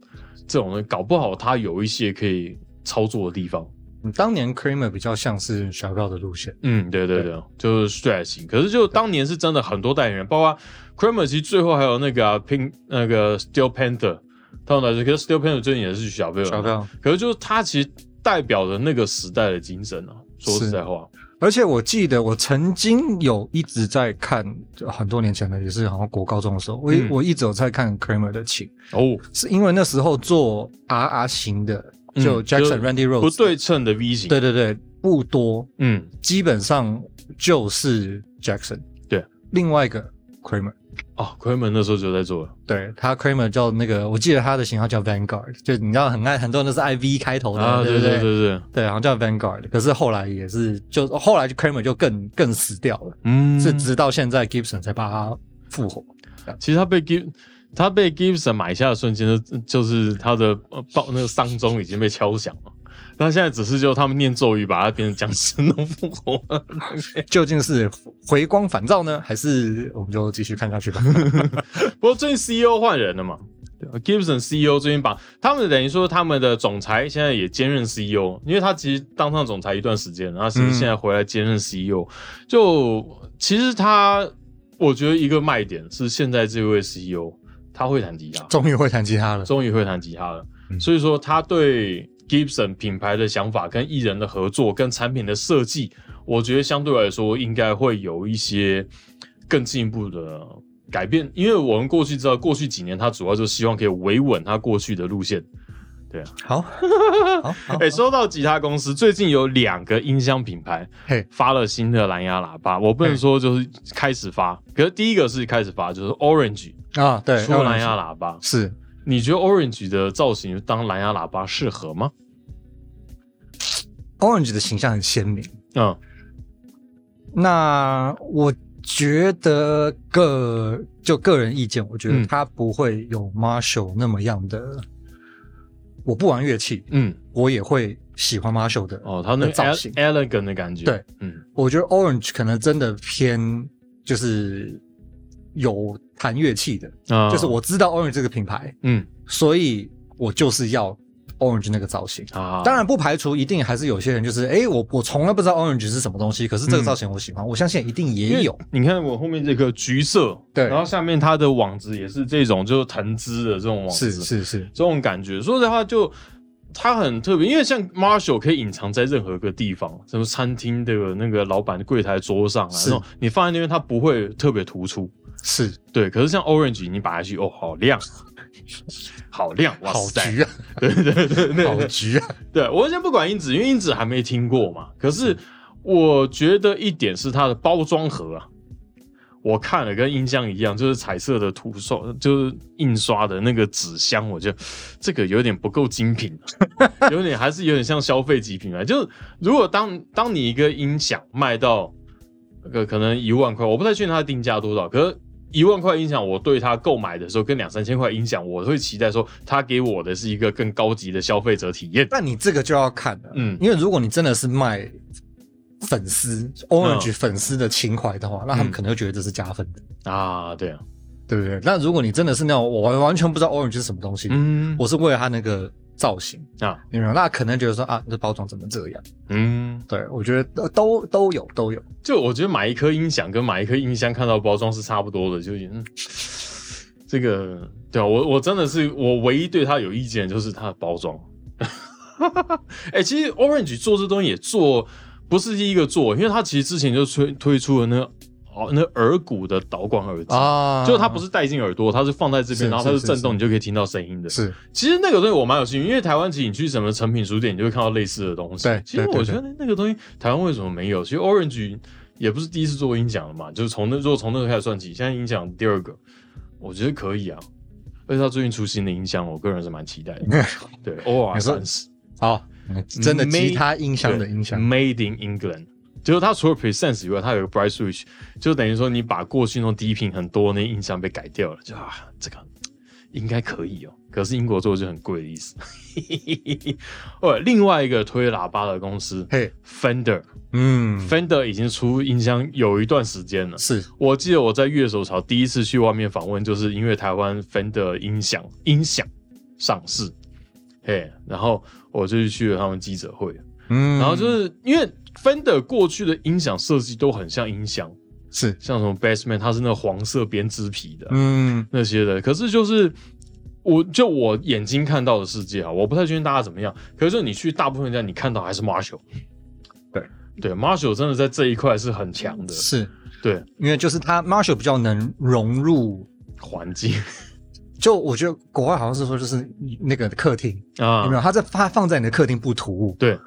S1: 这种人，搞不好他有一些可以操作的地方。
S2: 嗯当年 Kramer 比较像是小票的路线，
S1: 嗯，对对对，就是 stretch 型。可是就当年是真的很多代言人，包括 Kramer，其实最后还有那个、啊、Pink 那个 Steel Panther，他们来可是 Steel Panther 最近也是小贝尔，
S2: 小票。
S1: 可是就是他其实代表着那个时代的精神啊。说实在话，
S2: 而且我记得我曾经有一直在看，就很多年前的，也是好像国高中的时候，我、一
S1: 嗯
S2: 我一直有在看 Kramer 的琴，
S1: 哦，
S2: 是因为那时候做 RR 型的，
S1: 嗯
S2: 就
S1: 就
S2: Jackson、Randy
S1: 不
S2: Rose，
S1: 对称的 V 型，
S2: 对对对，不多，
S1: 嗯，
S2: 基本上就是 Jackson。
S1: 对，
S2: 另外一个 Kramer，
S1: 哦，奎门那时候就在做了
S2: 对他 Kramer 叫那个，我记得他的型号叫 Vanguard，就你知道很爱很多人都是 IV 开头的，
S1: 啊，对
S2: 对不
S1: 对对对，
S2: 对，然后叫 Vanguard，可是后来也是就后来就 Kramer 就更更死掉了，
S1: 嗯，
S2: 是直到现在 Gibson 才把它复活。
S1: 其实他被 Gib 他被 Gibson 买下的瞬间，就就是他的呃报那个丧钟已经被敲响了。那现在只是就他们念咒语，把它变成僵尸弄复活。 (laughs)
S2: 究竟是回光返照呢，还是我们就继续看下去 (laughs) 吧？
S1: 不过最近 CEO 换人了嘛对吧，Gibson CEO 最近把他们等于说他们的总裁现在也兼任 CEO，因为他其实当上总裁一段时间了，他其实
S2: 嗯
S1: 现在回来兼任 CEO，、就其实他我觉得一个卖点是现在这位 CEO 他会弹吉他，
S2: 终于会弹吉他了，
S1: 终于会弹吉他了。
S2: 嗯
S1: 所以说，他对 Gibson 品牌的想法、跟艺人的合作、跟产品的设计，我觉得相对来说应该会有一些更进一步的改变。因为我们过去知道，过去几年他主要就希望可以维稳他过去的路线。
S2: 哦好，好，好
S1: 哎、，说到吉他公司，最近有两个音箱品牌
S2: 嘿，
S1: 发了新的蓝牙喇叭，我不能说就是开始发，可是第一个是开始发，就是 Orange
S2: 啊，对，
S1: 出蓝牙喇叭。
S2: 是
S1: 你觉得 Orange 的造型当蓝牙喇叭适合吗？
S2: Orange 的形象很鲜明。
S1: 嗯，
S2: 那我觉得个就个人意见，我觉
S1: 嗯
S2: 得他不会有 Marshall 那么样的。我不玩乐器，
S1: 嗯，
S2: 我也会喜欢 Marshall 的。
S1: 哦，它那个
S2: 的造
S1: ele-
S2: 型
S1: elegant 的感觉，
S2: 对，
S1: 嗯，
S2: 我觉得 Orange 可能真的偏就是有弹乐器的，
S1: 啊
S2: 嗯就是，我知道 Orange 这个品牌，
S1: 嗯
S2: 所以我就是要 Orange 那个造型。
S1: 啊，
S2: 当然不排除一定还是有些人就是，哎，我我从来不知道 Orange 是什么东西，可是这个
S1: 嗯
S2: 造型我喜欢，我相信一定
S1: 因
S2: 也
S1: 为
S2: 有。
S1: 你看我后面这个橘色，
S2: 对
S1: 然后下面它的网子也是这种，就是藤枝的这种网
S2: 是
S1: 子，
S2: 是是，
S1: 这种感觉。说实话就。它很特别，因为像 Marshall 可以隐藏在任何个地方，什么餐厅的那个老板柜台桌上啊，
S2: 是
S1: 那种你放在那边，它不会特别突出。
S2: 是
S1: 对，可是像 Orange，你摆下去，哦，好亮， (laughs) 好亮，哇
S2: 好
S1: 塞！
S2: 局
S1: (laughs)
S2: 啊，
S1: 对对对对对，
S2: 好局啊，
S1: 对我先不管英子，因为英子还没听过嘛。可是我觉得一点是它的包装盒啊，我看了跟音箱一样，就是彩色的涂刷，就是印刷的那个纸箱，我觉得这个有点不够精品、啊， (laughs) 有点还是有点像消费级品牌。就是如果当当你一个音响卖到呃可能一万块，我不太确定它的定价多少，可是。一万块音响，我对它购买的时候跟两三千块音响，我会期待说它给我的是一个更高级的消费者体验。
S2: 那你这个就要看了，
S1: 嗯
S2: 嗯，因为如果你真的是卖粉丝
S1: 嗯
S2: Orange 粉丝的情怀的话，那他们可能会觉得这是加分的，
S1: 啊，对啊，
S2: 对不对？那如果你真的是那种我完完全不知道 Orange 是什么东西，
S1: 嗯，
S2: 我是为了它那个造型
S1: 啊
S2: 啊，有没有？那可能觉得说啊，这包装怎么这样？
S1: 嗯，
S2: 对我觉得都都有都有，
S1: 就我觉得买一颗音响跟买一颗音箱看到包装是差不多的，就已经、嗯、这个对啊，我我真的是我唯一对它有意见的就是它的包装。 (laughs) 哎、其实 Orange 做这东西也做不是第一个做，因为它其实之前就推推出了那个哦那耳骨的导管耳机。
S2: 啊
S1: 就它不是戴进耳朵，它是放在这边，
S2: 是
S1: 然后它是
S2: 是是
S1: 震动，
S2: 是
S1: 你就可以听到声音的。
S2: 是
S1: 其实那个东西我蛮有兴趣，因为台湾其实你去什么成品书店，你就会看到类似的东西。
S2: 对
S1: 其实
S2: 对对
S1: 我觉得那个东西台湾为什么没有？其实 Orange 也不是第一次做音响了嘛，就是从那如果从那个开始算起，现在音响第二个，我觉得可以啊。而且他最近出新的音箱，我个人是蛮期待
S2: (laughs)
S1: 的。对，OR
S2: 你说
S1: 三十
S2: 好、嗯真的
S1: May-
S2: 吉他音箱的音箱，
S1: Made in England。就是它除了 Presence 以外，它有一个 Bright Switch，就等于说你把过去那种低频很多那音箱被改掉了，就啊这个应该可以哦。可是英国做就很贵的意思。 (laughs) 哦，另外一个推喇叭的公司
S2: 嘿，
S1: Fender，Fender
S2: 嗯，
S1: 已经出音箱有一段时间了。
S2: 是
S1: 我记得我在乐手潮第一次去外面访问，就是因为台湾 Fender 音响音响上市，嘿，然后我就去了他们记者会。
S2: 嗯，
S1: 然后就是因为 Fender 过去的音响设计都很像音响，
S2: 是
S1: 像什么 Bassman，它是那黄色编织皮的、
S2: 嗯
S1: 那些的。可是就是我就我眼睛看到的世界啊，我不太确定大家怎么样。可是你去大部分家，你看到还是 Marshall，
S2: 对嗯
S1: 对，Marshall 真的在这一块是很强的，
S2: 是
S1: 对
S2: 因为就是它 Marshall 比较能融入。
S1: 环
S2: (laughs)
S1: 境
S2: 就我觉得国外好像是说，就是那个客厅、有
S1: 啊，
S2: 没有？它在它放在你的客厅不突兀，
S1: 对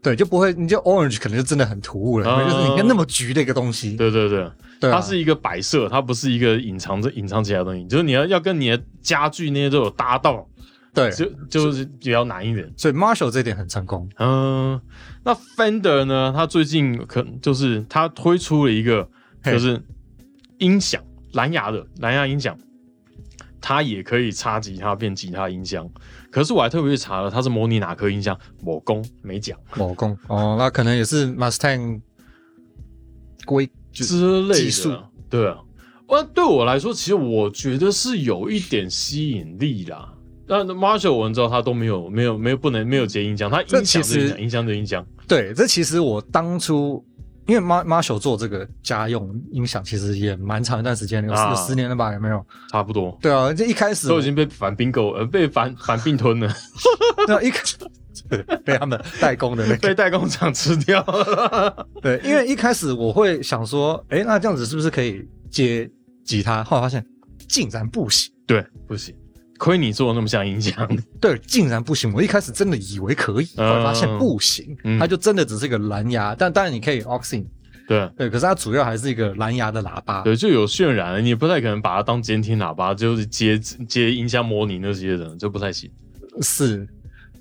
S2: 对，就不会，你就 orange 可能就真的很突兀了，
S1: 嗯
S2: 就是你看那么橘的一个东西，
S1: 对对对，
S2: 对啊，
S1: 它是一个摆设，它不是一个隐藏着隐藏起来的东西，就是你要要跟你的家具那些都有搭到，
S2: 对，
S1: 就就是比较难一点。
S2: 所以 Marshall 这一点很成功，
S1: 嗯，那 Fender 呢？它最近可就是它推出了一个，
S2: 嘿
S1: 就是音响蓝牙的蓝牙音响，它也可以插吉他变吉他音箱。可是我还特别去查了，它是模拟哪颗音箱？某工没讲
S2: 某工哦，那可能也是 Mustang 规就
S1: 之类的。
S2: 技术
S1: 对啊，呃，对我来说，其实我觉得是有一点吸引力啦。但 Marshall 我们知道他都没有没有没有不能没有接音箱，他
S2: 这
S1: 音响
S2: 其
S1: 就音
S2: 实
S1: 响，音箱就音箱。
S2: 对，这其实我当初因为 Mar Marshall 做这个家用音响，其实也蛮长一段时间了，有
S1: 啊
S2: 有十年了吧？有没有？
S1: 差不多。
S2: 对啊，这一开始
S1: 都已经被反并购，呃，被反反并吞了，
S2: 对啊一开被他们代工的那个
S1: (laughs) 被代工厂吃掉了。
S2: 对，因为一开始我会想说，哎，那这样子是不是可以接吉他？后来发现竟然不行，
S1: (laughs) 对，不行，亏你做的那么像音 (laughs) 响。
S2: 对，竟然不行。我一开始真的以为可以，后
S1: 嗯
S2: 来发现不行，
S1: 嗯
S2: 它就真的只是一个蓝牙，但当然你可以 Oxin，
S1: 对啊
S2: 对，可是它主要还是一个蓝牙的喇叭。
S1: 对，就有渲染了，你也不太可能把它当监听喇叭，就是接接音箱模拟那些的，就不太行。
S2: 是，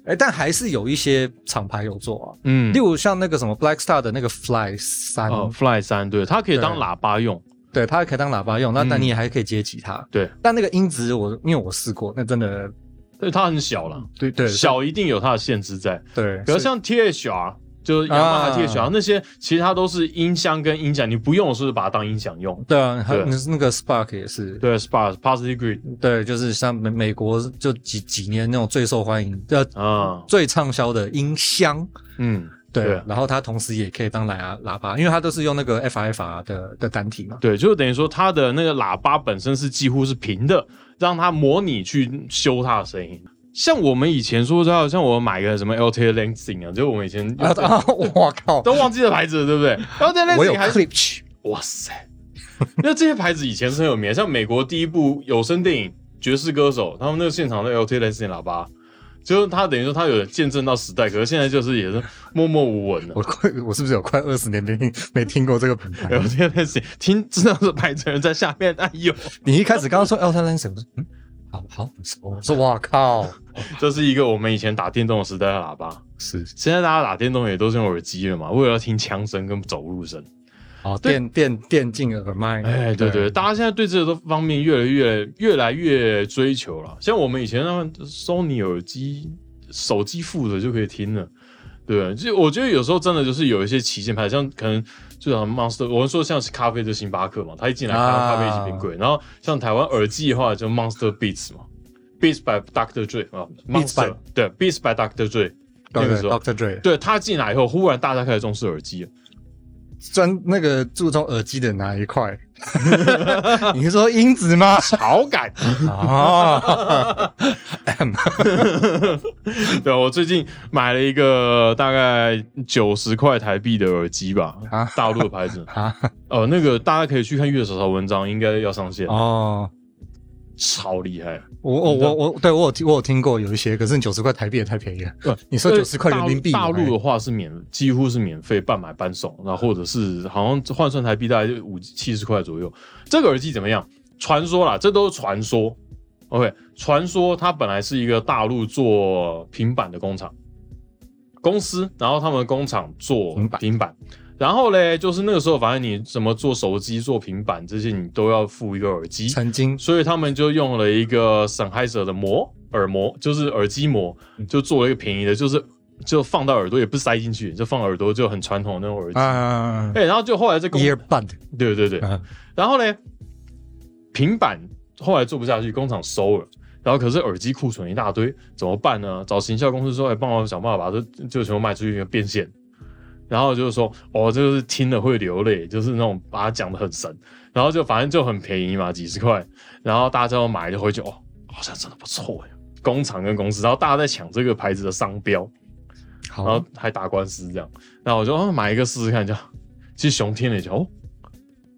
S2: 哎，但还是有一些厂牌有做啊，
S1: 嗯
S2: 例，如像那个什么 Black Star 的那个 Fly 三、
S1: 哦，Fly 三，对，它可以当
S2: 对
S1: 喇叭用。
S2: 对，它可以当喇叭用，那
S1: 嗯
S2: 但你也还可以接吉他。
S1: 对，
S2: 但那个音质我因为我试过，那真的
S1: 对，它很小了，
S2: 对对
S1: 小一定有它的限制在。
S2: 对，
S1: 比如
S2: 所以
S1: 像 THR，就是雅马哈
S2: 啊
S1: THR 那些，其实它都是音箱跟音响，你不用的时候就把它当音响用。
S2: 对啊，还
S1: 对
S2: 那个 Spark 也是，
S1: 对，Spark Positive Grid
S2: 对，就是像美美国就几几年那种最受欢迎呃的、
S1: 啊，
S2: 最畅销的音箱，
S1: 嗯，
S2: 对，
S1: 对
S2: 然后它同时也可以当蓝牙喇叭，因为它都是用那个 FIFR 的的单体嘛，
S1: 对，就是等于说它的那个喇叭本身是几乎是平的，让它模拟去修它的声音。像我们以前说到，像我买个什么 LTA Lansing 啊，就我们以前
S2: 啊 (laughs) 啊，我靠，
S1: 都忘记了牌子了，对不对？LTA
S2: 我有
S1: Lansing 还是
S2: clip 去，
S1: 哇塞，那这些牌子以前是很有名的，像美国第一部有声电影《爵士歌手》，他们那个现场的 LTA Lansing 喇叭，就是它等于说它有见证到时代，可是现在就是也是默默无闻了。
S2: (laughs) 我快，我是不是有快二十年没听没听过这个品
S1: (laughs)
S2: 牌？
S1: LTA Lansing 听知道是牌子的人在下面哎呦。
S2: 你一开始刚刚说 Elton Lanson 不是，嗯，好好很熟，我说哇
S1: (laughs)
S2: 靠，
S1: 这是一个我们以前打电动的时代的喇叭，
S2: 是
S1: 现在大家打电动也都是用耳机了嘛，为了要听枪声跟走路声。
S2: 哦，
S1: 对
S2: 电电电竞耳麦，
S1: 哎，对对，大家现在对这个方面越来越越来越追求了。像我们以前那们 Sony 耳机，手机附着就可以听了。对，就我觉得有时候真的就是有一些旗舰牌，像可能就像 Monster，我们说像是咖啡就星巴克嘛，他一进来看
S2: 啊
S1: 到咖啡一起变贵。然后像台湾耳机的话，就 Monster Beats 嘛，Beats by Dr. Dre 啊
S2: Beats by
S1: ，Monster 对 Beats by Dr. Dre。那
S2: 对
S1: 个
S2: 对
S1: 时候，
S2: ，Doctor Dre
S1: 对他进来以后，忽然大家开始重视耳机了。
S2: 专那个注重耳机的哪一块？ (laughs) 你是说音
S1: (laughs)
S2: 质吗？
S1: 好感，啊
S2: 哦，
S1: (laughs) 对啊我最近买了一个大概九十块台币的耳机吧，
S2: 啊。
S1: 大陆的牌子
S2: (laughs) (laughs) 啊，
S1: 哦，那个大家可以去看月嫂嫂文章，应该要上线，
S2: 哦，
S1: 超厉害。
S2: 我我我我，对我有听我有听过有一些，可是九十块台币也太便宜了。
S1: 对
S2: 你说
S1: 呃
S2: 90块人民币哎
S1: 大陆大陆的话是免，几乎是免费半买半送，然后或者是好像换算台币大概就五七十块左右。这个耳机怎么样？传说啦，这都是传说。OK，传说它本来是一个大陆做平板的工厂公司，然后他们工厂做
S2: 平板
S1: 平板。然后嘞，就是那个时候，反正你怎么做手机、做平板这些，你都要附一个耳机。
S2: 曾经
S1: 所以他们就用了一个 Sennheiser 的膜耳膜，就是耳机膜，就做了一个便宜的，就是就放到耳朵，也不塞进去，就放耳朵，就很传统的那种耳机。哎、
S2: 啊
S1: 然后就后来这公，
S2: ，Earbud，
S1: 对对对，
S2: 嗯
S1: 然后呢，平板后来做不下去，工厂收了。然后可是耳机库存一大堆，怎么办呢？找行销公司说，哎，帮我想办法把这就全部卖出去变现。然后就是说，哦，这就是听了会流泪，就是那种把它讲的很神。然后就反正就很便宜嘛，几十块。然后大家要买就回去，哦，好像真的不错哎。工厂跟公司，然后大家在抢这个牌子的商标，然
S2: 好
S1: 后， (laughs) 还打官司这样。然后我就、哦、买一个试试看，就其实熊天了一下，哦，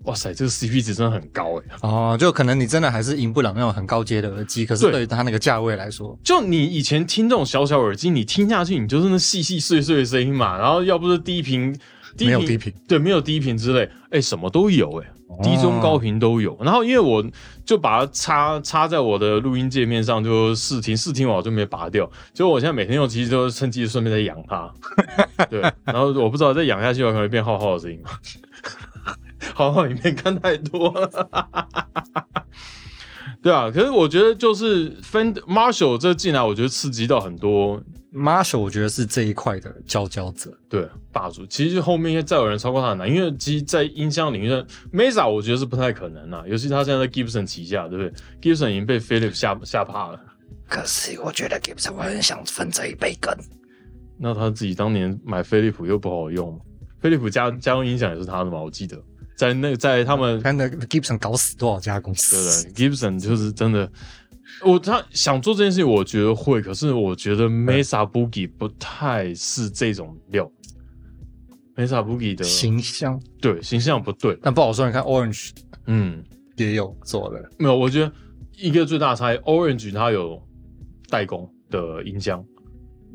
S1: 哇塞，这个 CP 值真的很高哎、
S2: 哦，就可能你真的还是赢不了那种很高阶的耳机，可是
S1: 对
S2: 对于它那个价位来说，
S1: 就你以前听这种小小耳机，你听下去，你就是那细细碎碎的声音嘛，然后要不是低频，低
S2: 没有低频，
S1: 对，没有低频之类，哎、什么都有、哎，低中高频都有。然后因为我就把它插插在我的录音界面上，就试听，试听完我就没拔掉。结果我现在每天用，其实都趁机顺便在养它，对。然后我不知道再养下去，我可能会变浩浩的声音吧。 (laughs) 浩浩影片看太多了。 (laughs) 对啊，可是我觉得就是 Fender Marshall 这进来，我觉得刺激到很多
S2: Marshall 我觉得是这一块的佼佼者。
S1: 对霸主。其实后面再有人超过他很难，因为其实，在音箱领域上，Mesa 我觉得是不太可能啦、尤其他现在在 Gibson 旗下，对不对？Gibson 已经被 Philip 吓吓怕了。
S2: 可是我觉得 Gibson 我很想分这一杯羹。
S1: 那他自己当年买飞利浦又不好用，飞利浦家家用音响也是他的嘛，我记得在那在他们
S2: 看那 Gibson 搞死多少家公
S1: 对
S2: 司？
S1: 的，Gibson 就是真的，我他想做这件事情，我觉得会，可是我觉得 Mesa Boogie 不太是这种料，Mesa Boogie 的
S2: 形象。
S1: 对形象不对，
S2: 但不好说，你看 Orange
S1: 嗯，
S2: 也有做了，
S1: 没有，我觉得一个最大的差异，Orange 它有代工的音箱。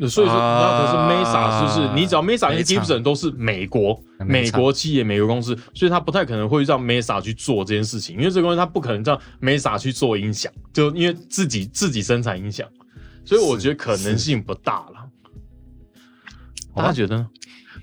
S1: 所以说，
S2: 啊
S1: 那可是 Mesa 是不是？你只要 Mesa 跟
S2: 没差
S1: Gibson 都是美国
S2: 没
S1: 美
S2: 差
S1: 国企业、美国公司，所以他不太可能会让 Mesa 去做这件事情，因为这个东西他不可能让 Mesa 去做音响，就因为自己自己生产音响，所以我觉得可能性不大了。
S2: 好吧
S1: 大家觉得呢？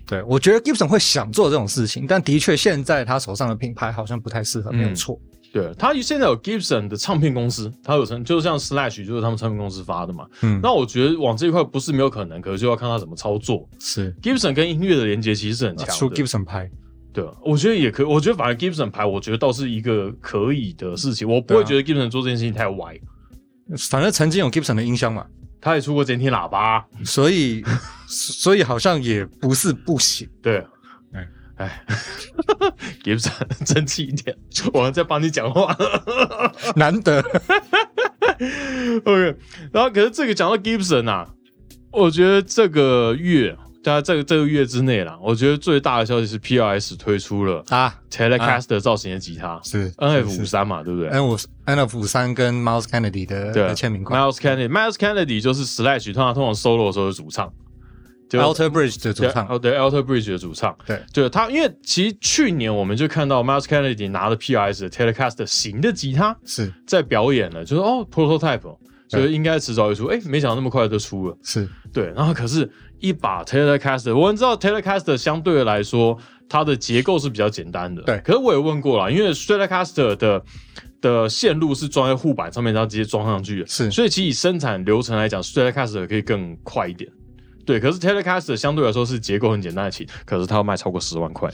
S2: 对我觉得 Gibson 会想做这种事情，但的确现在他手上的品牌好像不太适合，
S1: 嗯
S2: 没有错。
S1: 对他现在有 Gibson 的唱片公司，他有成，就像 Slash 就是他们唱片公司发的嘛。
S2: 嗯，
S1: 那我觉得往这一块不是没有可能，可是就要看他怎么操作。
S2: 是
S1: Gibson 跟音乐的连接其实是很强
S2: 出
S1: 的，
S2: 啊 Gibson 牌，
S1: 对，啊我觉得也可以，我觉得反而 Gibson 牌，我觉得倒是一个可以的事情，我不会
S2: 对
S1: 觉得
S2: 啊
S1: Gibson 做这件事情太歪。
S2: 反正曾经有 Gibson 的音箱嘛，
S1: 他也出过监听喇叭，
S2: 所 (laughs) 以所以好像也不是不行。
S1: 对
S2: 嗯，
S1: 哎 (laughs) ，Gibson (laughs) 争气一点，我还在帮你讲话。
S2: 难得
S1: OK，然后可是这个讲到 Gibson 啊，我觉得这个月，在这个这个月之内啦，我觉得最大的消息是 PRS 推出了
S2: 啊，
S1: Telecaster 造型的吉他
S2: 是
S1: NF 五三嘛，对不对？
S2: N 五 N F 五三跟 Mouse Kennedy 的
S1: 对
S2: 的签名款
S1: Miles Kennedy，Miles Kennedy 就是 Slash 通常通常 solo 的时候的主唱，就
S2: ，Alter Bridge 的主
S1: 对
S2: 唱，
S1: 哦对 Alter Bridge 的主唱，
S2: 对
S1: 对他，因为其实去年我们就看到 Miles Kennedy 拿了 PRS 的 Telecaster 型的吉他
S2: 是
S1: 在表演了，就是哦 prototype，哦所
S2: 对
S1: 以应该迟早会出，哎，没想到那么快就出了，
S2: 是
S1: 对，然后可是，一把 Telecaster，我们知道 Telecaster 相对来说它的结构是比较简单的，
S2: 对
S1: 可是我也问过了，因为 Telecaster 的的线路是装在护板上面，然后直接装上去的，
S2: 是
S1: 所以其实以生产流程来讲，Telecaster 可以更快一点。对，可是 Telecaster 相对来说是结构很简单的琴，可是它要卖超过十万块，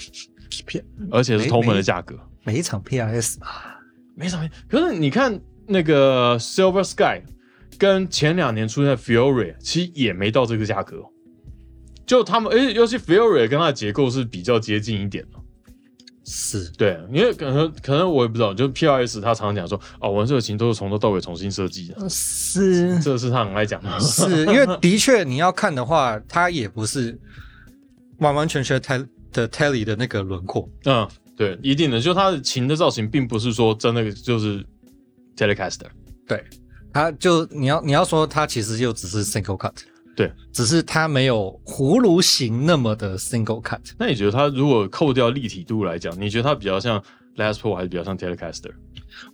S2: 片
S1: 而且是
S2: 没
S1: 同门
S2: 没
S1: 的价格，
S2: 每一场 P R S 啊，
S1: 没啥。可是你看那个 Silver Sky 跟前两年出现的 Fury，其实也没到这个价格哦。就他们，而且尤其 Fury 跟它的结构是比较接近一点的。
S2: 是
S1: 对，因为可能可能我也不知道，就 PRS 他常讲说，哦，我们这个琴都是从头到尾重新设计的，
S2: 是
S1: 这是他很爱讲的。 (laughs)
S2: 是因为的确你要看的话，它也不是完完全全 Tel 的 Telly 的那个轮廓，
S1: 嗯，对，一定的，就它的琴的造型，并不是说真的就是 Telecaster。
S2: 对，它就你要你要说它其实就只是 single cut，
S1: 对，
S2: 只是它没有葫芦形那么的 single cut，
S1: 那你觉得它如果扣掉立体度来讲，你觉得它比较像 Les Paul 还是比较像 Telecaster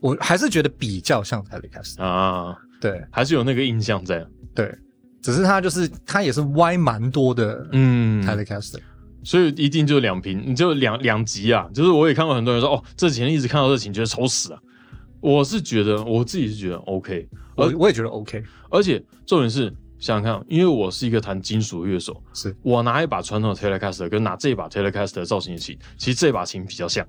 S2: 我还是觉得比较像 Telly cast，
S1: 啊？
S2: 对
S1: 还是有那个印象在。
S2: 对，只是它就是它也是歪蛮多的
S1: 嗯
S2: Telly cast，
S1: 所以一定就两瓶，你就两两集啊。就是我也看过很多人说，哦，这几天一直看到这情，觉得丑死啊。我是觉得，我自己是觉得 OK，
S2: 我我也觉得 OK，
S1: 而且重点是想想看，因为我是一个弹金属的乐手，
S2: 是
S1: 我拿一把传统的 Telecaster 跟拿这一把 Telecaster 造型的琴，其实这把琴比较像。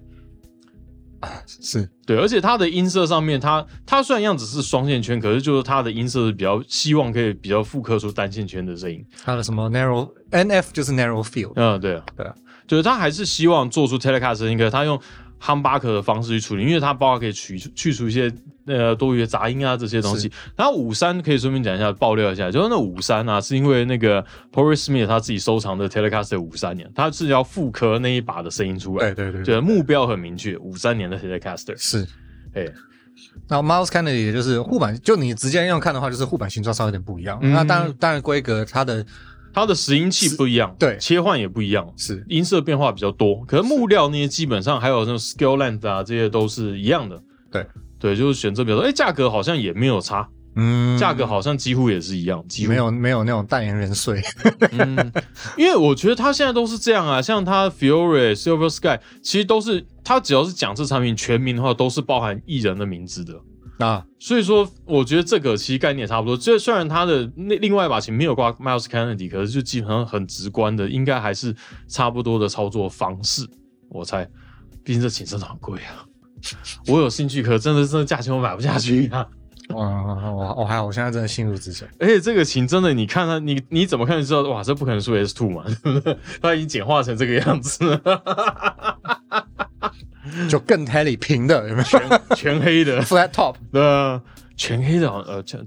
S2: 是
S1: 对，而且它的音色上面，它它虽然样子是双线圈，可是就是它的音色是比较希望可以比较复刻出单线圈的声音。
S2: 它的什么 narrow NF 就是 narrow field，
S1: 嗯，对，
S2: 对啊，
S1: 就是他还是希望做出 Telecaster 应该他用 humbucker 的方式去处理，因为它包括可以去去除一些呃多余的杂音啊这些东西。然后五三可以顺便讲一下，爆料一下，就是那五三啊，是因为那个 Torrey Smith 他自己收藏的 Telecaster 五三年，他是要复刻那一把的声音出来，
S2: 对对
S1: 对，目标很明确，五三年的 Telecaster，
S2: 是。
S1: 哎，
S2: 然后 Miles Kennedy 也就是护板，就你直接用看的话，就是护板形状稍微有点不一样。
S1: 嗯
S2: 那当然，当然规格它的
S1: 它的拾音器不一样，
S2: 对
S1: 切换也不一样，
S2: 是
S1: 音色变化比较多，可是木料那些基本上还有那种 scale length 啊，这些都是一样的。
S2: 对
S1: 对，就是选择比较多，哎、价格好像也没有差，
S2: 嗯
S1: 价格好像几乎也是一样，几乎
S2: 没。有没有那种代言人税，
S1: 嗯，因为我觉得它现在都是这样啊，像它 Fiore、Silver Sky，其实都是它只要是讲这产品全名的话，都是包含艺人的名字的。
S2: 啊，
S1: 所以说，我觉得这个其实概念也差不多。这虽然它的那另外一把琴没有挂 Miles Kennedy，可是就基本上很直观的，应该还是差不多的操作方式。我猜，毕竟这琴真的很贵啊。我有兴趣，可真的真的价钱我买不下去啊。
S2: 哇，我我还好，我现在真的心如止水。
S1: 而且这个琴真的，你看它，你你怎么看就知道，哇，这不可能是 S Two 嘛，对不对？它已经简化成这个样子了，
S2: 就更 t e l y 平的有没有
S1: 全黑的。
S2: ？Flat
S1: (laughs)
S2: top，
S1: 对啊，全黑的好像，呃，全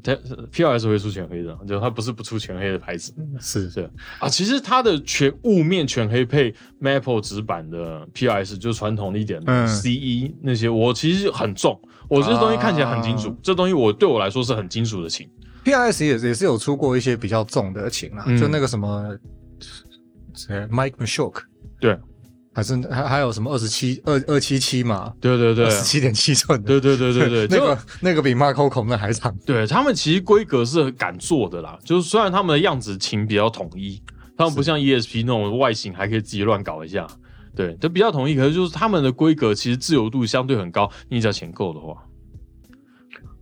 S1: P R S 会出全黑的，就它不是不出全黑的牌子。
S2: 是
S1: 对啊，其实它的全雾面全黑配 Maple 纸板的 PRS 就是传统一点的
S2: 嗯
S1: CE 那些，我其实很重，我这东西看起来很金属，
S2: 啊
S1: 这东西我对我来说是很金属的琴。
S2: PRS 也也是有出过一些比较重的琴啦，
S1: 嗯
S2: 就那个什么谁 Mike Mashok，
S1: 对，
S2: 还是还还有什么二十七二二七七嘛，
S1: 对对对
S2: 二，十七点七寸的，
S1: 对对对对 (laughs) 对，
S2: (laughs) 那
S1: 就
S2: 个那个比 Marco 孔的还长，
S1: 对他们其实规格是敢做的啦，就是虽然他们的样子琴比较统一，他们不像 ESP 那种外形还可以自己乱搞一下，对，都比较统一。可是就是他们的规格其实自由度相对很高，你只要钱够的话。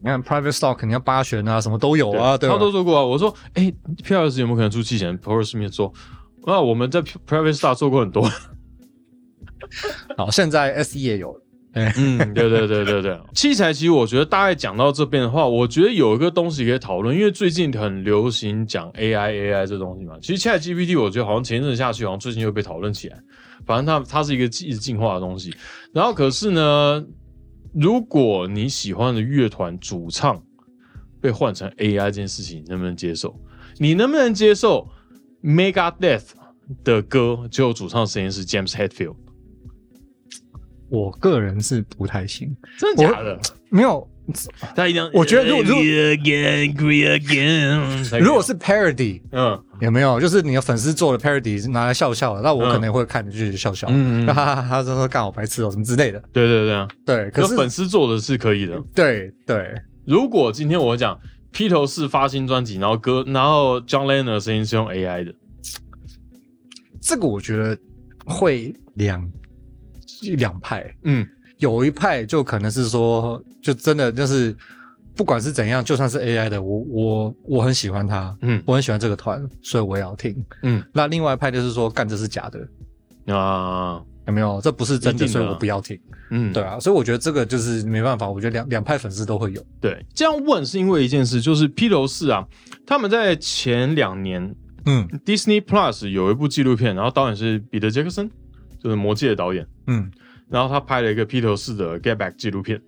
S2: 你看 Private Stock，你要八弦啊，什么都有啊，对吧
S1: 他？都说过啊。我说，哎、p r s 有没有可能出七弦 p r s 面说，那 아,我们在 Private Star 做过很多。
S2: 好，现在 SE 也有了，
S1: 嗯，对对对对 (laughs) 对。器材其实我觉得大概讲到这边的话，我觉得有一个东西可以讨论，因为最近很流行讲 AI AI 这东西嘛。其实 Chat GPT 我觉得好像前一阵下去，好像最近又被讨论起来。反正它它是一个一直进化的东西。然后可是呢，如果你喜欢的乐团主唱被换成 AI 这件事情，你能不能接受？你能不能接受 Megadeth 的歌就主唱声音是 James Hetfield？
S2: 我个人是不太行，
S1: 真的假的？
S2: 没有。
S1: 他一定要，
S2: 我觉得如果如果
S1: again, great again，
S2: 如果是 parody，
S1: 嗯
S2: 有没有？就是你的粉丝做的 parody 拿来笑笑的，那我
S1: 嗯
S2: 可能会看就是笑笑，
S1: 嗯，
S2: (laughs) 哈哈哈哈，就说干我白痴哦什么之类的。
S1: 对对对啊，
S2: 对，可
S1: 可
S2: 是
S1: 粉丝做的是可以的。
S2: 对对，
S1: 如果今天我讲披头士发新专辑，然后歌，然后 John Lennon 的声音是用 AI 的，
S2: 这个我觉得会两两派，
S1: 嗯
S2: 有一派就可能是说，就真的就是不管是怎样，就算是 AI 的，我我我很喜欢它，
S1: 嗯
S2: 我很喜欢这个团，所以我也要听。
S1: 嗯
S2: 那另外一派就是说，干这是假的，嗯
S1: 啊，
S2: 有没有？这不是真
S1: 一
S2: 的，
S1: 定的啊
S2: 所以我不要听。
S1: 嗯，
S2: 对啊，所以我觉得这个就是没办法，我觉得两两派粉丝都会有。
S1: 对，这样问是因为一件事，就是披头士啊，他们在前两年
S2: 嗯
S1: Disney Plus 有一部纪录片，然后导演是彼得杰克森，就是《魔戒》的导演。
S2: 嗯
S1: 然后他拍了一个披头士的《Get Back》纪录片。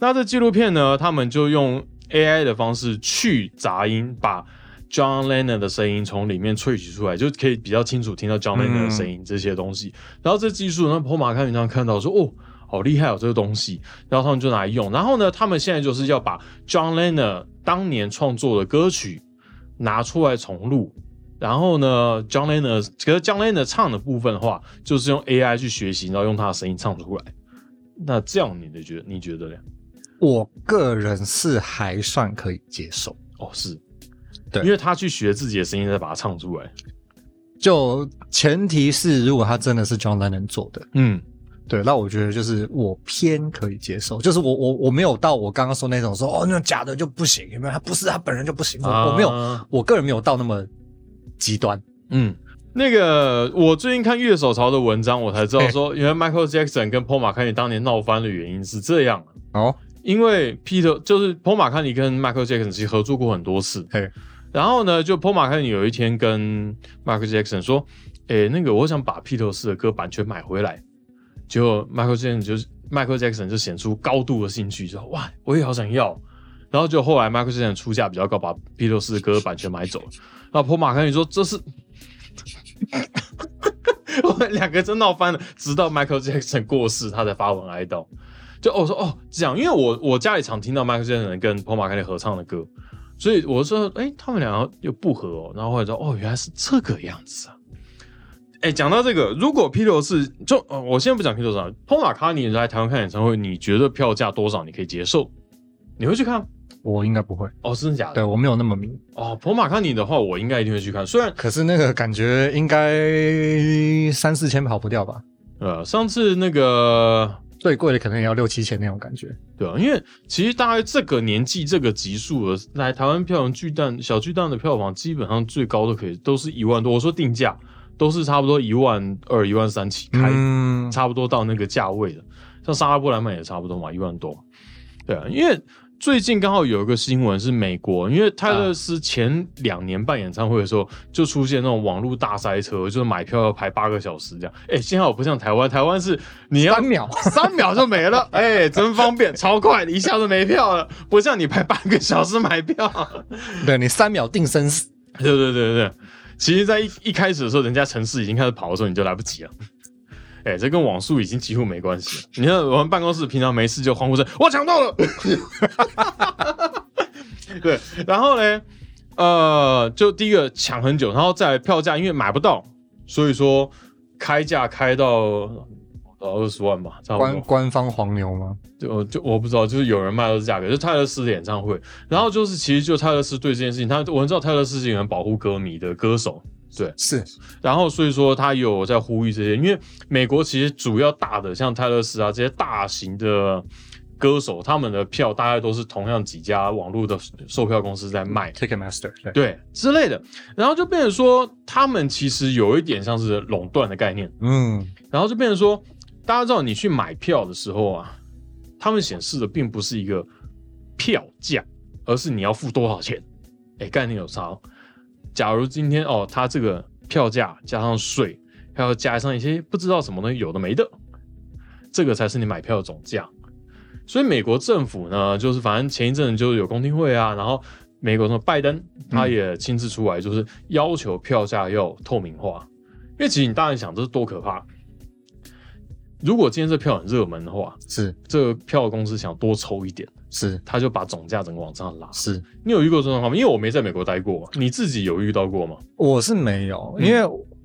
S1: 那这纪录片呢，他们就用 AI 的方式去杂音，把 John Lennon 的声音从里面萃取出来，就可以比较清楚听到 John Lennon 的声音、这些东西。然后这技术呢，跑马看云上看到说，哦，好厉害哦，这个东西。然后他们就拿来用。然后呢，他们现在就是要把 John Lennon 当年创作的歌曲拿出来重录。然后呢，John Lennon，可是 John Lennon 唱的部分的话，就是用 AI 去学习，然后用他的声音唱出来。那这样你的觉得你觉得呢？
S2: 我个人是还算可以接受，
S1: 哦，是，
S2: 对
S1: 因为他去学自己的声音，再把它唱出来。
S2: 就前提是如果他真的是 John Lennon 做的，
S1: 嗯
S2: 对，那我觉得就是我偏可以接受，就是我我我没有到我刚刚说那种说哦那种假的就不行，有没有？他不是他本人就不行，我、哦我没有，
S1: 啊
S2: 我个人没有到那么极端。
S1: 嗯。那个，我最近看乐手潮的文章，我才知道说，原来 Michael Jackson 跟 Paul McCartney 当年闹翻的原因是这样。
S2: 哦，
S1: 因为 Peter 就是 Paul McCartney 跟 Michael Jackson 其实合作过很多次
S2: 嘿。
S1: 然后呢，就 Paul McCartney 有一天跟 Michael Jackson 说：“诶，那个我想把披头士的歌版权买回来。”结果 Michael Jackson 就是 Michael Jackson 就显出高度的兴趣，说哇，我也好想要。然后就后来 Michael Jackson 出价比较高，把披头士的歌版权买走了。然后 p 马 u 你说这是， (laughs) 我们两个真闹翻了。直到 Michael Jackson 过世，他才发文哀悼。就哦我说哦这样，因为我我家里常听到 Michael Jackson 跟 p 马 u 你合唱的歌，所以我说哎、他们俩又不和哦。然后后来说哦原来是这个样子啊。哎，讲到这个，如果披头士就、呃、我现在不讲披头士啊，p 马 u 你来台湾看演唱会，你觉得票价多少你可以接受？你会去看吗？
S2: 我应该不会，
S1: 哦，真的假的？
S2: 对我没有那么迷。
S1: 哦，跑马看你的话，我应该一定会去看。虽然
S2: 可是那个感觉应该三四千跑不掉吧？
S1: 呃，上次那个
S2: 最贵的可能也要六七千那种感觉。
S1: 对啊，因为其实大概这个年纪、这个级数的，来台湾票房巨蛋、小巨蛋的票房，基本上最高的可以都是一万多。我说定价都是差不多一万二、一万三起开，
S2: 嗯，
S1: 差不多到那个价位的。像沙拉波兰曼也差不多嘛，一万多。对啊，因为最近刚好有一个新闻是美国，因为泰勒斯前两年办演唱会的时候，就出现那种网络大塞车，就是买票要排八个小时这样。哎、幸好我不像台湾，台湾是你要
S2: 三秒
S1: (laughs) 三秒就没了， (laughs) 哎、真方便，超快，一下就没票了，不像你排半个小时买票。
S2: (laughs) 对你三秒定生死。
S1: (laughs) 对对对对对，其实，在一一开始的时候，人家城市已经开始跑的时候，你就来不及了。 (laughs) 哎、这跟网速已经几乎没关系了。你看，我们办公室平常没事就欢呼声，我抢到了。 (laughs) 对，然后嘞，呃，就第一个抢很久，然后再来票价，因为买不到，所以说开价开到到二十万吧，差不多
S2: 官。官方黄牛吗？
S1: 就呃就我不知道，就是有人卖到这价格，就泰勒斯的演唱会。然后就是其实就泰勒斯对这件事情，他我们知道泰勒斯是一个很保护歌迷的歌手，
S2: 是，
S1: 然后所以说他有在呼吁这些，因为美国其实主要大的像泰勒斯啊这些大型的歌手，他们的票大概都是同样几家网络的售票公司在卖。
S2: Ticketmaster，对，
S1: 对之类的，然后就变成说，他们其实有一点像是垄断的概念，
S2: 嗯，
S1: 然后就变成说，大家知道你去买票的时候啊，他们显示的并不是一个票价，而是你要付多少钱。哎，概念有差、哦。假如今天哦，它这个票价加上税，还有加上一些不知道什么东西有的没的，这个才是你买票的总价。所以美国政府呢，就是反正前一阵子就是有公听会啊，然后美国什么拜登他也亲自出来，就是要求票价要透明化。因为其实你大然想，这是多可怕！如果今天这票很热门的话，
S2: 是
S1: 这个票公司想多抽一点，
S2: 是
S1: 他就把总价整个往上拉。
S2: 是，
S1: 你有遇过这种情况吗？因为我没在美国待过，你自己有遇到过吗？
S2: 我是没有，
S1: 嗯
S2: 因为、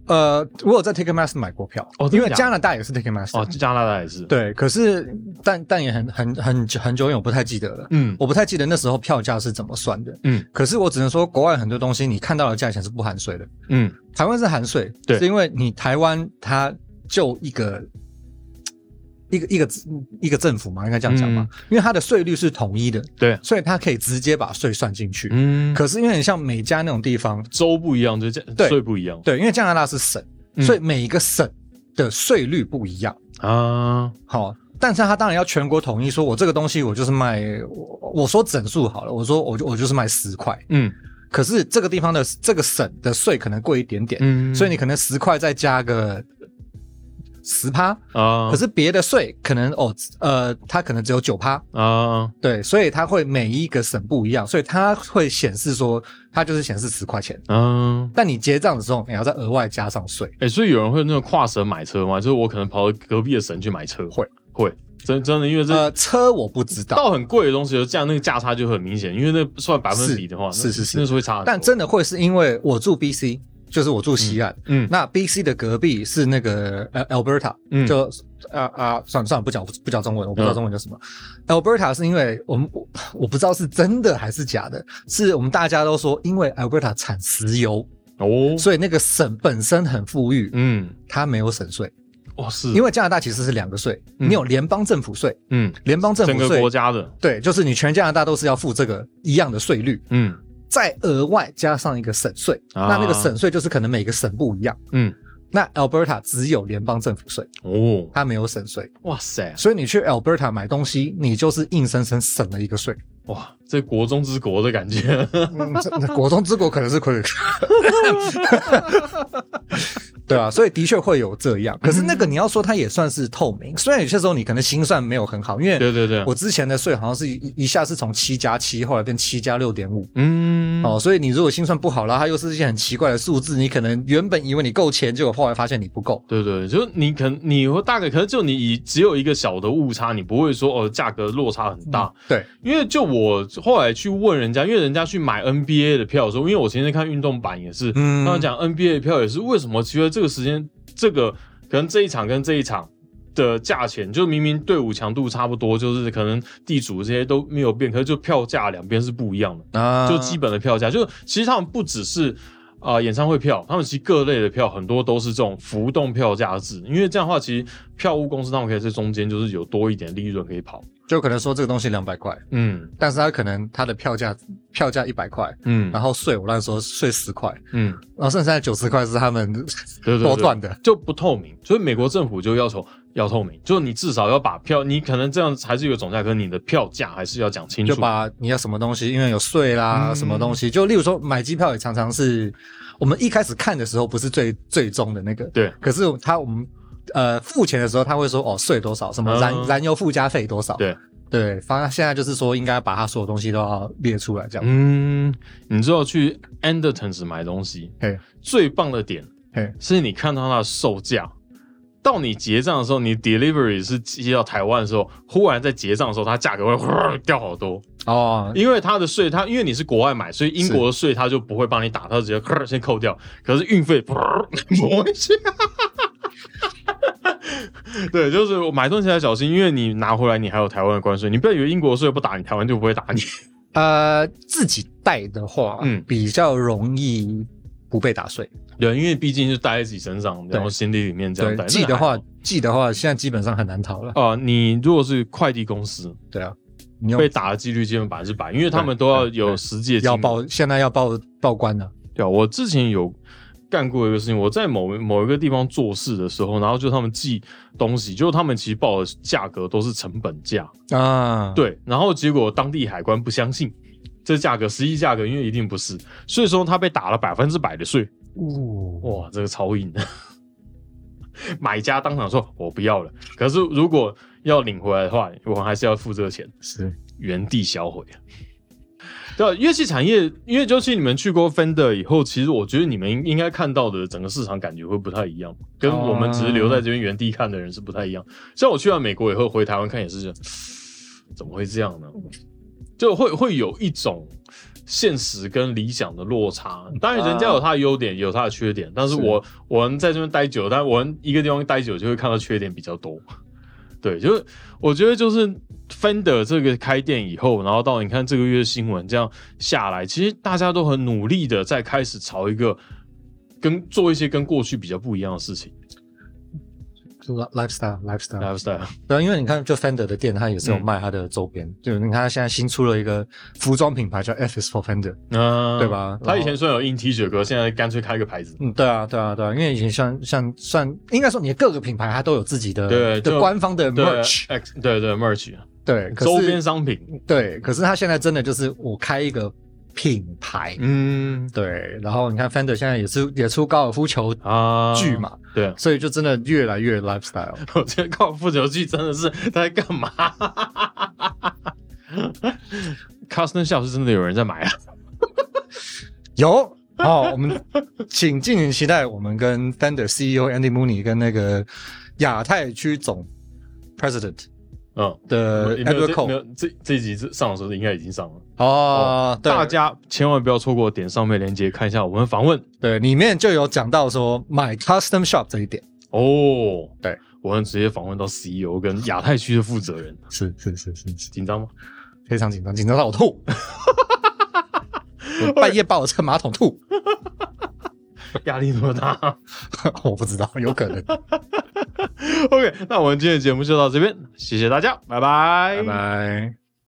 S2: 呃，我有在 Ticketmaster 买过票，
S1: 哦真的
S2: 因
S1: 假
S2: 为
S1: 的
S2: 加拿大也是 Ticketmaster，、啊
S1: 哦，加拿大也是。，
S2: 对，可是但但也很很很久很久远，我不太记得了。
S1: 嗯
S2: 我不太记得那时候票价是怎么算的，
S1: 嗯
S2: 可是我只能说，国外很多东西你看到的价钱是不含税的，
S1: 嗯，
S2: 台湾是含税，
S1: 对
S2: 是因为你台湾它就一个一个一个一个政府嘛，应该这样讲吧，
S1: 嗯
S2: 因为它的税率是统一的，
S1: 对，
S2: 所以它可以直接把税算进去。
S1: 嗯，
S2: 可是因为你像美加那种地方，
S1: 州不一样，就这
S2: 对
S1: 税不一样
S2: 对，因为加拿大是省，
S1: 嗯
S2: 所以每一个省的税率不一样。
S1: 啊。
S2: 好、但是它当然要全国统一，说我这个东西我就是卖，我我说整数好了，我说我就我就是卖十块，
S1: 嗯
S2: 可是这个地方的这个省的税可能贵一点点，
S1: 嗯，
S2: 所以你可能十块再加个十趴，
S1: 啊，
S2: 可是别的税可能哦，呃，它可能只有九趴，
S1: 啊，
S2: 对，所以它会每一个省不一样，所以它会显示说它就是显示十块钱，
S1: 嗯，
S2: 但你结账的时候你要再额外加上税，
S1: 哎、所以有人会那种跨省买车吗？就是我可能跑到隔壁的省去买车，
S2: 会
S1: 会，真真的，因为这
S2: 呃，车我不知道，
S1: 到很贵的东西，就这样那个价差就很明显，因为那算百分比的话，
S2: 是
S1: 那
S2: 是是
S1: 那是会差很多。
S2: 但真的会是因为我住 BC，就是我住西岸，
S1: 嗯
S2: 那 BC 的隔壁是那个呃 Alberta，
S1: 嗯
S2: 就啊啊，算了算了，不讲不讲中文，我不知道
S1: 嗯
S2: 中文叫什么。Alberta 是因为我们我我不知道是真的还是假的，是我们大家都说，因为 Alberta 产石油，
S1: 哦，
S2: 所以那个省本身很富裕，
S1: 嗯，
S2: 它没有省税，
S1: 哦是，
S2: 因
S1: 为
S2: 为加拿大其实是两个税，
S1: 嗯
S2: 你有联邦政府税，
S1: 嗯，
S2: 联邦政
S1: 整
S2: 府
S1: 个国
S2: 税。
S1: 家的，
S2: 对，就是你全加拿大都是要付这个一样的税率，
S1: 嗯
S2: 再额外加上一个省税，
S1: 啊
S2: 那那个省税就是可能每个省不一样。
S1: 嗯，
S2: 那 Alberta 只有联邦政府税，
S1: 哦，
S2: 它没有省税，
S1: 哇塞，
S2: 所以你去 Alberta 买东西，你就是硬生生省了一个税。
S1: 哇，这国中之国的感
S2: (laughs)
S1: 觉，
S2: 嗯，这国中之国可能是亏。 (laughs) 对啊，所以的确会有这样。可是那个你要说它也算是透明，虽然有些时候你可能心算没有很好，因为
S1: 对啊对对，
S2: 我之前的税好像是一一下是从七加七，后来变七加六点五。
S1: 嗯，
S2: 哦，所以你如果心算不好，然后它又是一些很奇怪的数字，你可能原本以为你够钱，结果后来发现你不够。
S1: 对对，就是你可能你会大概，可是就你以只有一个小的误差，你不会说哦价格落差很大，
S2: 对，
S1: 因为就我后来去问人家，因为人家去买 NBA 的票的时候，因为我前天看运动版也是，
S2: 嗯
S1: 刚刚讲 NBA 的票也是，为什么觉得这个时间这个可能这一场跟这一场。的价钱就明明队伍强度差不多，就是可能地主这些都没有变，可是就票价两边是不一样的。
S2: 啊
S1: 就基本的票价，就其实他们不只是啊、呃演唱会票，他们其实各类的票很多都是这种浮动票价制，因为这样的话，其实票务公司他们可以在中间就是有多一点利润可以跑。
S2: 就可能说这个东西两百块，
S1: 嗯
S2: 但是它可能它的票价票价一百块，
S1: 嗯
S2: 然后税我乱说税十块，
S1: 嗯，
S2: 然后剩下的九十块是他们
S1: 对对对
S2: 多赚的。
S1: 就不透明，所以美国政府就要求要透明，就是你至少要把票，你可能这样还是有总价，可是你的票价还是要讲清
S2: 就
S1: 楚。
S2: 把你要什么东西，因为有税啦，
S1: 嗯
S2: 什么东西，就例如说买机票也常常是我们一开始看的时候不是最最终的那个，
S1: 对，
S2: 可是他我们呃付钱的时候他会说哦税多少，什么燃、
S1: 嗯
S2: 燃油附加费多少，
S1: 对
S2: 对，反正现在就是说应该把他所有东西都要列出来这样，
S1: 嗯，你知道去 Andertons 买东西
S2: 嘿，
S1: 最棒的点
S2: 嘿，
S1: 是你看到它的售价，到你结账的时候，你 delivery 是寄到台湾的时候，忽然在结账的时候，它价格会 (laughs) 掉好多，
S2: 哦，
S1: 因为它的税，它因为你是国外买，所以英国的税它就不会帮你打，它直接先扣掉。可是运费 (laughs) 磨一下。对，就是我买东西要小心，因为你拿回来你还有台湾的关税，你不要以为英国税不打你，台湾就不会打你。 (laughs)
S2: 呃自己带的话，
S1: 嗯
S2: 嗯，比较容易不被打税，
S1: 对，因为毕竟是带在自己身上，然后
S2: 对
S1: 心里里面这样
S2: 对
S1: 带。，
S2: 寄
S1: 那
S2: 的
S1: 还好
S2: 话，寄的话现在基本上很难逃了，
S1: 啊、你如果是快递公司，
S2: 对啊，你要
S1: 被打的几率基本百分之百，因为他们都要有实际的经
S2: 要
S1: 历
S2: 报，现在要报报关了，
S1: 对啊，我之前有干过一个事情，我在某某一个地方做事的时候，然后就他们寄东西，就他们其实报的价格都是成本价，
S2: 啊，
S1: 对，然后结果当地海关不相信这价格，实际价格因为一定不是，所以说他被打了百分之百的税，
S2: 哦，
S1: 哇，这个超硬的。 (laughs) 买家当场说：“我不要了。”可是如果要领回来的话，我还是要付这个钱。
S2: 是
S1: 原地销毁。对啊，乐器产业，因为就是你们去过 Fender 以后，其实我觉得你们应该看到的整个市场感觉会不太一样，跟我们只是留在这边原地看的人是不太一样。像我去完美国以后回台湾看也是，怎么会这样呢？就会会有一种现实跟理想的落差。当然，人家有他的优点，有他的缺点，但是
S2: 是
S1: 我我们在这边待久，但我们一个地方待久就会看到缺点比较多。 (laughs) 对，就是我觉得就是 Fender 这个开店以后，然后到你看这个月新闻这样下来，其实大家都很努力的在开始朝一个跟做一些跟过去比较不一样的事情
S2: 就 lifestyle lifestyle， (laughs)
S1: lifestyle。
S2: 对啊，因为你看，就 Fender 的店，它也是
S1: 嗯
S2: 有卖它的周边，就你看它现在新出了一个服装品牌叫 F is for Fender，
S1: 嗯，
S2: 对吧
S1: 他以前虽然有印 T 恤，可是现在干脆开个牌子。
S2: 嗯，对啊，对啊，对啊，因为以前像像算，应该说你的各个品牌它都有自己的
S1: 对就
S2: 的官方的
S1: 对
S2: 嗯 merch，
S1: X- 对对，merch
S2: 对，可
S1: 周边
S2: 是
S1: 商品，
S2: 对，可是它现在真的就是我开一个品牌，
S1: 嗯
S2: 对，然后你看 Fender 现在也是也出高尔夫球
S1: 啊，
S2: 具，嘛，
S1: 对，
S2: 所以就真的越来越 lifestyle，
S1: 我觉得高尔夫球具真的是他在干嘛？Custom Shop 是真的有人在买啊，
S2: 有。哦，
S1: (laughs)
S2: 我们请敬请期待我们跟 Fender CEO Andy Mooney 跟那个亚太区总 President
S1: 嗯。
S2: 的
S1: 没有
S2: Edward
S1: 这没
S2: Cole
S1: 有这这一集上的时候应该已经上了，
S2: 哦，对
S1: 大家千万不要错过，点上面链接看一下我们的访问
S2: 对，里面就有讲到说买 custom shop 这一点，
S1: 哦。
S2: 对，
S1: 我们直接访问到 CEO 跟亚太区的负责人，
S2: 是是是是是，
S1: 紧张 (laughs) 吗？
S2: 非常紧张，紧张到
S1: (laughs)
S2: 我吐，我半夜抱着这个马桶吐， (laughs)
S1: 压力那么大
S2: 我不知道，有可能，
S1: ？OK，那我们今天的节目就到这边，谢谢大家，拜拜，
S2: 拜。拜。